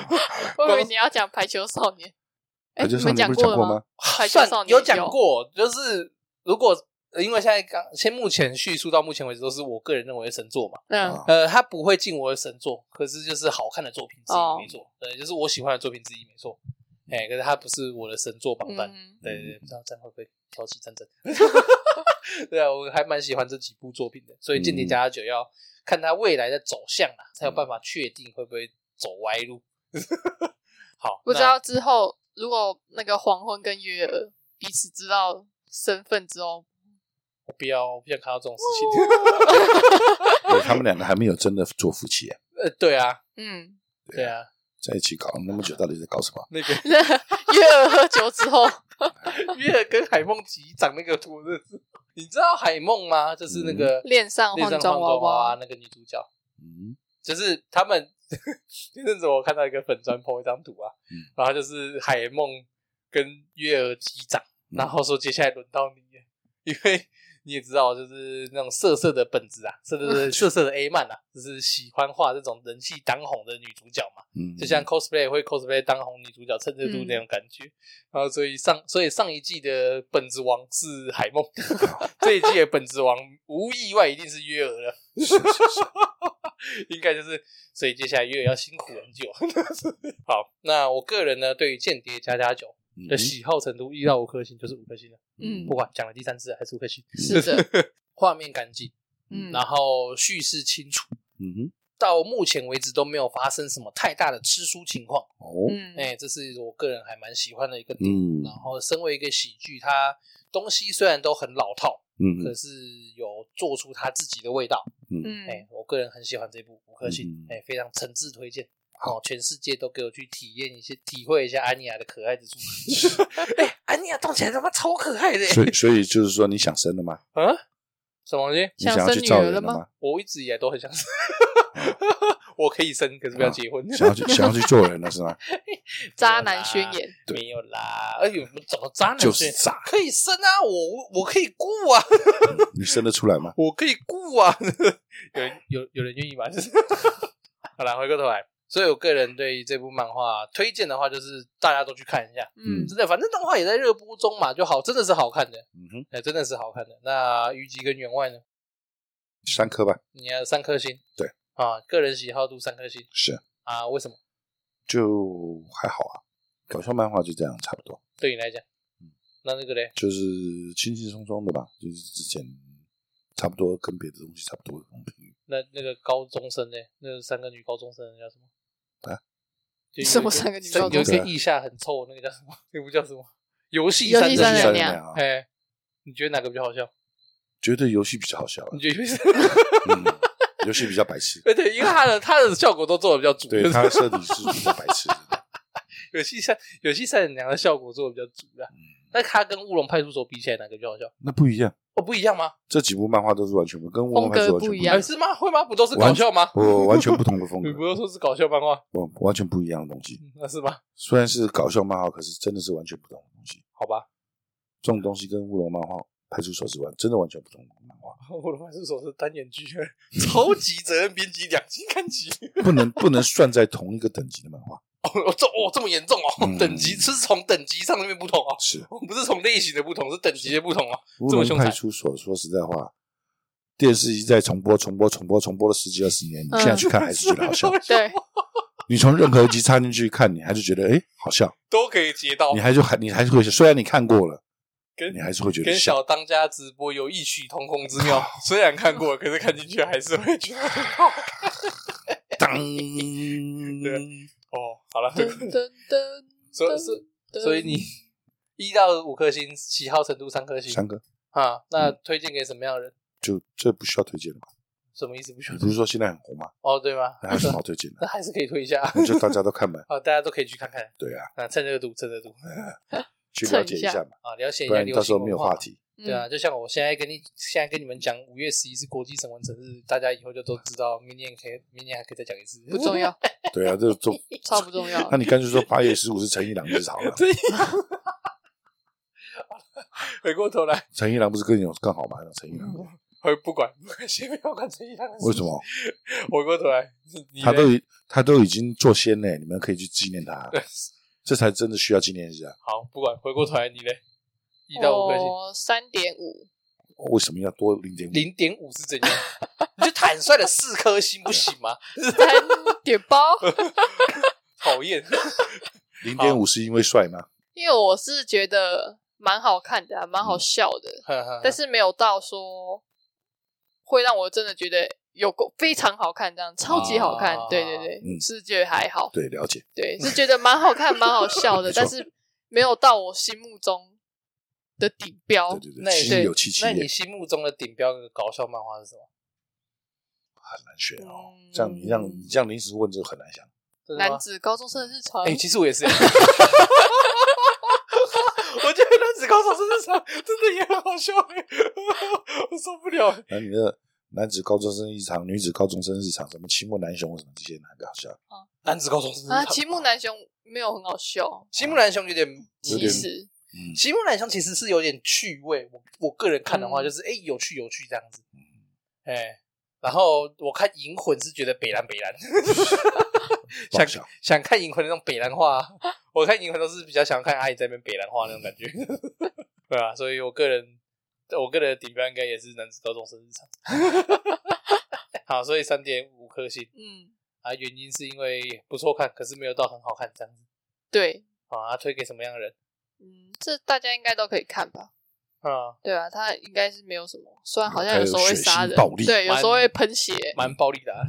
S3: 我以为你要讲排球少 年，哎，
S2: 我就
S3: 你
S2: 说
S3: 们
S2: 你不是
S3: 过
S2: 讲
S3: 了
S2: 过吗？？
S3: 排球
S1: 算
S3: 少年
S1: 有讲，过，就是如果呃因为现在刚先目前叙述到目前为止都是我个人认为的神作嘛，
S3: 嗯
S2: 啊
S1: 呃，它不会进我的神作，可是就是好看的作品之
S3: 哦
S1: 一，没错，对，就是我喜欢的作品之一，没错。哎，可是它不是我的神作榜单，
S3: 嗯，
S1: 对对对，不知道这样会不会挑起 战争？ 对啊，我还蛮喜欢这几部作品的，所以《间谍加加九》要看它未来的走向啦，才
S3: 嗯
S1: 有办法确定会不会走歪路。 好，
S3: 不知道之后如果那个黄昏跟月儿彼此知道身份之后，
S1: 那不要不想看到这种事情。
S2: 对他们两个还没有真的做夫妻啊，
S1: 呃，对啊，
S3: 嗯，
S1: 对啊，
S2: 在一起搞那么久，到底在搞什么？
S1: 那个
S3: 月儿喝酒之后，
S1: 月儿跟海梦吉长那个图，真的是你知道海梦吗？就是那个
S3: 恋上
S1: 恋
S3: 换
S1: 上
S3: 装
S1: 娃
S3: 娃
S1: 娃
S3: 娃，
S1: 那个女主角，
S2: 嗯，
S1: 就是他们 前阵子我看到一个粉砖 po 一张图啊，
S2: 嗯
S1: 然后就是海梦跟月儿击掌，
S2: 嗯
S1: 然后说接下来轮到你了，因为 你也知道，就是那种色色的本子啊，色色的色色的 A 漫啊，就是喜欢画这种人气当红的女主角嘛，
S2: 嗯
S1: 就像 cosplay 会 cosplay 当红女主角蹭热度那种感觉。然后所以上所以上一季的本子王是海梦，这一季的本子王无意外一定是约儿了。
S2: 是是是
S1: 应该就是，所以接下来月要辛苦很久。 好，那我个人呢，对于《间谍加加九》的
S2: 嗯
S1: 喜好程度一到五颗星就是五颗星了。
S3: 嗯
S1: 不管讲了第三次还是会去，
S3: 是的，
S1: 画面干净，
S3: 嗯，
S1: 然后叙事清楚，
S2: 嗯哼，
S1: 到目前为止都没有发生什么太大的吃书情况。
S2: 哦，
S3: 嗯，
S1: 哎、这是我个人还蛮喜欢的一个点。
S2: 嗯
S1: 然后，身为一个喜剧，它东西虽然都很老套，
S2: 嗯
S1: 可是有做出它自己的味道。
S3: 嗯，
S1: 哎、我个人很喜欢这部五颗
S2: 嗯
S1: 星，哎、非常诚挚推荐。好，全世界都给我去体验一些、体会一下安妮亚的可爱之处。 哎、安妮亚动起来他妈超可爱的、
S2: 所以 所以就是说，你想生了吗？
S1: 啊，什么东西？
S2: 你
S3: 想
S2: 要
S3: 生
S2: 去
S3: 女
S2: 造
S3: 儿
S2: 人
S3: 了吗
S2: 吗？
S1: 我一直以来都很想生， 我可以生，可
S2: 啊
S1: 是不要结婚。
S2: 想要去想要去做人了是 吗？
S3: 渣男宣 言，
S2: 对
S1: 没有啦，哎呦，怎么渣男
S2: 就是
S1: 宣言
S2: 渣
S1: 可以生啊，我我可以雇啊，
S2: 你生得出来吗？
S1: 我可以雇啊， 有人有有人愿意吗？好啦，回过头来，所以我个人对这部漫画推荐的话，就是大家都去看一下，
S3: 嗯
S2: 嗯
S1: 真的，反正动画也在热播中嘛，就好，真的是好看的，
S2: 嗯哼，
S1: 哎、真的是好看的。那虞姬跟员外呢，
S2: 三颗吧，
S1: 你要三颗星，
S2: 对
S1: 啊，个人喜好度三颗星
S2: 是
S1: 啊，为什么？
S2: 就还好啊。搞笑漫画就这样，差不多，
S1: 对你来讲
S2: 嗯，
S1: 那那个嘞，
S2: 就是轻轻松松的吧，就是之前差不多跟别的东西差不多的公平。
S1: 那那个高中生呢？那三个女高中生叫什么？
S2: 啊？
S1: 就有一
S3: 什么三个女高
S2: 中生
S1: 有一个腋下很臭，那个叫什么？ 那部叫什么？游戏
S3: 游戏
S1: 三
S3: 第
S2: 第
S1: 三
S3: 三人
S2: 三
S1: 娘。
S3: 娘
S2: 娘啊，
S1: 哎，你觉得哪个比较好笑？
S2: 觉得游戏比较好笑啊
S1: 你，觉得游戏？，
S2: 嗯游戏比较白痴
S1: 哎，对，因为它的它的效果都做的比较足，
S2: 对
S1: 就是
S2: 它的设定是比较白痴的。
S1: 游戏三游戏三人娘的效果做的比较足
S2: 嗯
S1: 啦。那它跟乌龙派出所比起来，哪个比较好笑？
S2: 那不一样，
S1: 哦，不一样吗？
S2: 这几部漫画都是完全不跟《乌龙派出所》完全不一
S3: 对
S1: 哎，
S2: 样，
S1: 是吗？会吗？不都是搞笑吗？
S2: 不完全不同的风 格
S1: 你，不要说是搞笑漫画，
S2: 不完全不一样的东西。
S1: 嗯那是吗？
S2: 虽然是搞笑漫画，可是真的是完全不同的东西。
S1: 好吧，
S2: 这种东西跟《乌龙漫画派出所》之外，真的完全不同的漫画，
S1: 乌龙派出所是单眼剧， 超级责任编辑两星刊集。
S2: 不能不能算在同一个等级的漫画。
S1: 哦，这哦这么严重哦，
S2: 嗯
S1: 等级是从等级上面不同哦，
S2: 是《
S1: 不是从类型的不同，是等级的不同哦。
S2: 乌
S1: 这么
S2: 龙
S1: 凶残
S2: 派出所》说实在话，电视一再重播、重播、重播、重播了十几二十年，你
S1: 嗯
S2: 现在去看还是觉得 好笑。
S3: 对，
S2: 你从任何一集插进去看，你还是觉得哎好笑，
S1: 都可以接到
S2: 你，还就还你还是会虽然你看过了，
S1: 哦跟
S2: 你还是会觉得
S1: 跟
S2: 笑。
S1: 小当家直播有异曲同工之 妙。虽然看过，可是看进去还是会觉得很好看
S2: 当，
S1: 哦。好了，
S3: 噔噔噔，
S1: 所以所以 所以你一到五颗星，喜好程度三颗星
S2: 三嗯哥
S1: 啊，那推荐给什么样的人？
S2: 就这不需要推荐了吧？
S1: 什么意思不需
S2: 你
S1: 要
S2: 不？是说现在很红吗？
S1: 哦，对吗？
S2: 那还有什么好推荐的？
S1: 那还是可以推一下 啊，
S2: 那就大家都看吧。
S1: 好大家都可以去看看
S2: 对啊，
S1: 啊，趁热度，趁热度
S2: 去了解一下嘛，
S1: 啊，了解一
S2: 不
S1: 下
S2: 然
S1: 流
S2: 到时
S1: 行
S2: 候没有
S1: 文化
S2: 话
S1: 嘛。
S2: 题。
S1: 对
S3: 嗯
S1: 啊，就像我现在跟你现在跟你们讲，五月十一是国际神文成日，大家以后就都知道，明年可以，明年还可以再讲一次，
S3: 嗯不 重要，
S2: 对啊，这重。
S3: 超不重要
S2: 那。你干脆说八月十五是陈一郎日潮了。
S1: 这样。回过头来，
S2: 陈一郎不是更有更好吗？陈一郎
S1: 回不管，不管先不要管这一样。
S2: 为什？么
S1: 回过头来，你你
S2: 他
S1: 嘞
S2: 都已他都已经做仙嘞？你们可以去纪念他，这才真的需要纪念日啊！
S1: 好，不管回过头来，你嘞，一到五颗星，
S3: 我三点五，
S2: 为什么要多零点五？
S1: 零点五是怎样？ 你就坦率的四颗星不行吗？
S3: 三点八，
S1: 讨厌。
S2: 零点五是因为帅吗？
S3: 因为我是觉得蛮好看的啊，蛮
S2: 嗯
S3: 好笑的。但
S1: 但
S3: 是没有到说会让我真的觉得有够非常好看，这样超级好看。
S1: 啊
S3: 对对对，
S2: 嗯
S3: 是觉得还好，
S2: 对，了解。
S3: 对，是觉得蛮好看、蛮好笑 的，
S2: 没错
S3: 但是没有到我心目中的顶标
S2: 对。对
S1: 哦那
S2: 对，
S1: 也
S2: 七有七七
S1: 那
S2: 也
S1: 你心目中的顶标的搞笑漫画是什么？
S2: 很难选哦
S3: 嗯。
S2: 这样你让你这样临时问就很难想。
S1: 真的吗
S3: 男子高中生的日常
S1: 哎、，其 实我也是。我觉得男子高手真的是 真的也很好笑、欸， 我受不了、欸
S2: 那你的男子高中生日常、女子高中生日常，什么期末男雄什么这些，哪个好笑？
S1: 男子高手是
S3: 啊，齐木南雄没有很好笑，
S1: 齐木楠雄有点，
S2: 有
S3: 其
S2: 点
S3: 实
S2: 嗯，
S1: 齐木楠雄其实是有点趣味。我我个人看的话，就是哎、欸有趣有趣这样子。哎、然后我看银魂是觉得北蓝北蓝，
S2: 不好
S1: 想
S2: 笑。
S1: 想看银魂那种北兰花，我看银魂都是比较想看阿姨在那边北兰花那种感觉， 对啊，所以我个人，我个人的顶标应该也是男子高中生日常。 好，所以三点五颗星
S3: 嗯，
S1: 啊，原因是因为不错看，可是没有到很好看这样子
S3: 对，
S1: 啊。推给什么样的人？
S3: 嗯，这大家应该都可以看吧？
S1: 啊，
S3: 对啊，他应该是没有什么，虽然好像
S2: 他有
S3: 时候会
S2: 血腥
S3: 杀人
S2: 暴，力
S3: 对，有时候
S1: 蛮
S3: 会喷血，
S1: 蛮暴力的、 啊。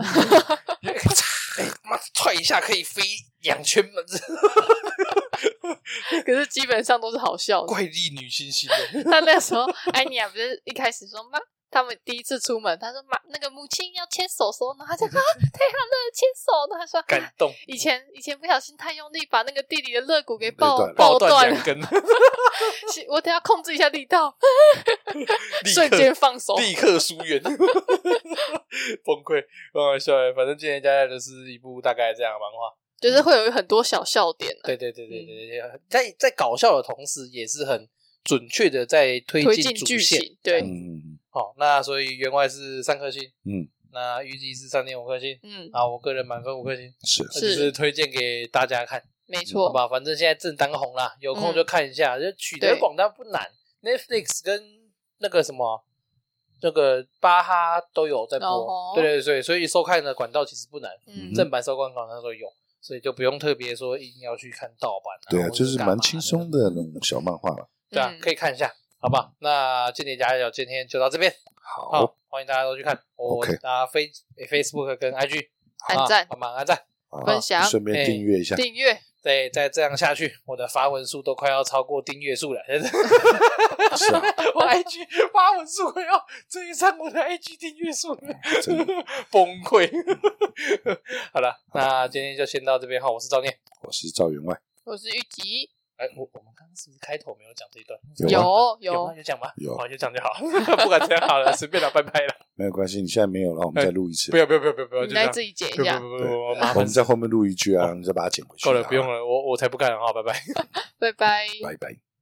S1: 哎妈，踹一下可以飞两圈门，
S3: 可是基本上都是好笑的。
S1: 怪力女星星 的。
S3: 他那时候安妮亚不是一开始说妈，他们第一次出门，他说妈，那个母亲要牵手手，然后他就啊，太好了，牵手，然后他说啊
S1: 感动，
S3: 以前以前不小心太用力，把那个弟弟的肋骨给爆
S2: 断了
S1: 爆
S3: 断
S1: 断
S3: 了
S1: 两， 根，
S3: 是我等下控制一下力道，
S1: 立
S3: 瞬
S1: 刻
S3: 间放手。
S1: 立刻疏远， 崩溃，开玩笑欸。反正今天加加就是一部大概这样的漫画。
S3: 就是会有很多小笑点、啊，
S1: 对对对对对对，在在搞笑的同时，也是很准确的在推
S3: 推
S1: 进
S3: 进
S1: 主
S3: 剧
S1: 线。
S3: 情，对，
S2: 嗯
S1: 好，那所以员外是三颗星，
S2: 嗯，
S1: 那预计是三点五颗星。
S3: 嗯，
S1: 啊，我个人满分五颗星，
S2: 是
S1: 那就是推荐给大家看，
S3: 没
S1: 好
S3: 错，
S1: 吧？反正现在正当红啦，有空就看一下，就取得
S3: 嗯对
S1: 广大不难。Netflix 跟那个什么，那个巴哈都有在
S3: 哦
S1: 播，
S3: 吼
S1: 对对对，所以收看的管道其实不难，
S3: 嗯，
S1: 正版收看管道都有，所以就不用特别说一定要去看盗版。
S2: 对啊，
S1: 或者
S2: 就是
S1: 干嘛
S2: 蛮轻松，的那种小漫画了。
S1: 对啊
S3: 嗯，
S1: 可以看一下，好不好？那今天加油，今天就到这边，
S2: 好
S1: 好，，欢迎大家都去看，我
S2: OK
S1: 啊 Face Facebook 跟 IG
S3: 按赞
S1: 啊帮忙按赞。
S2: 好
S3: 分享
S2: 顺
S1: 哎
S2: 便订阅一下，
S3: 订阅，
S1: 对，再这样下去，我的发文数都快要超过订阅数了。
S2: 是啊，
S1: 我 IG 发文数快要追上我的 IG 订阅数了，
S2: 真的
S1: 崩溃。好了，那今天就先到这边哈，我是赵念。
S2: 我是赵员外，
S3: 我是玉吉，
S1: 哎，我我们刚刚是不是开头没有讲这一段？
S2: 有啊
S3: 有
S1: 有吗
S3: 有，
S1: 有讲吗？
S2: 有
S1: 好就讲就好，不管怎样好了，随便了，拜拜了。
S2: 没有关系，你现在没有了，我们再录一次
S1: 哎不，要不要不要不要不要，哦
S3: 你
S1: 就这
S3: 来
S1: 样
S3: 自己剪
S1: 不
S3: 一
S1: 要
S3: 下
S1: 不，要不要不要，我麻
S2: 哦我
S1: 烦哦
S2: 们在后面录一句啊，你再把它剪回去。
S1: 够了，不用，了，我我才不干了哈，拜拜。
S3: 拜拜。
S2: 拜拜。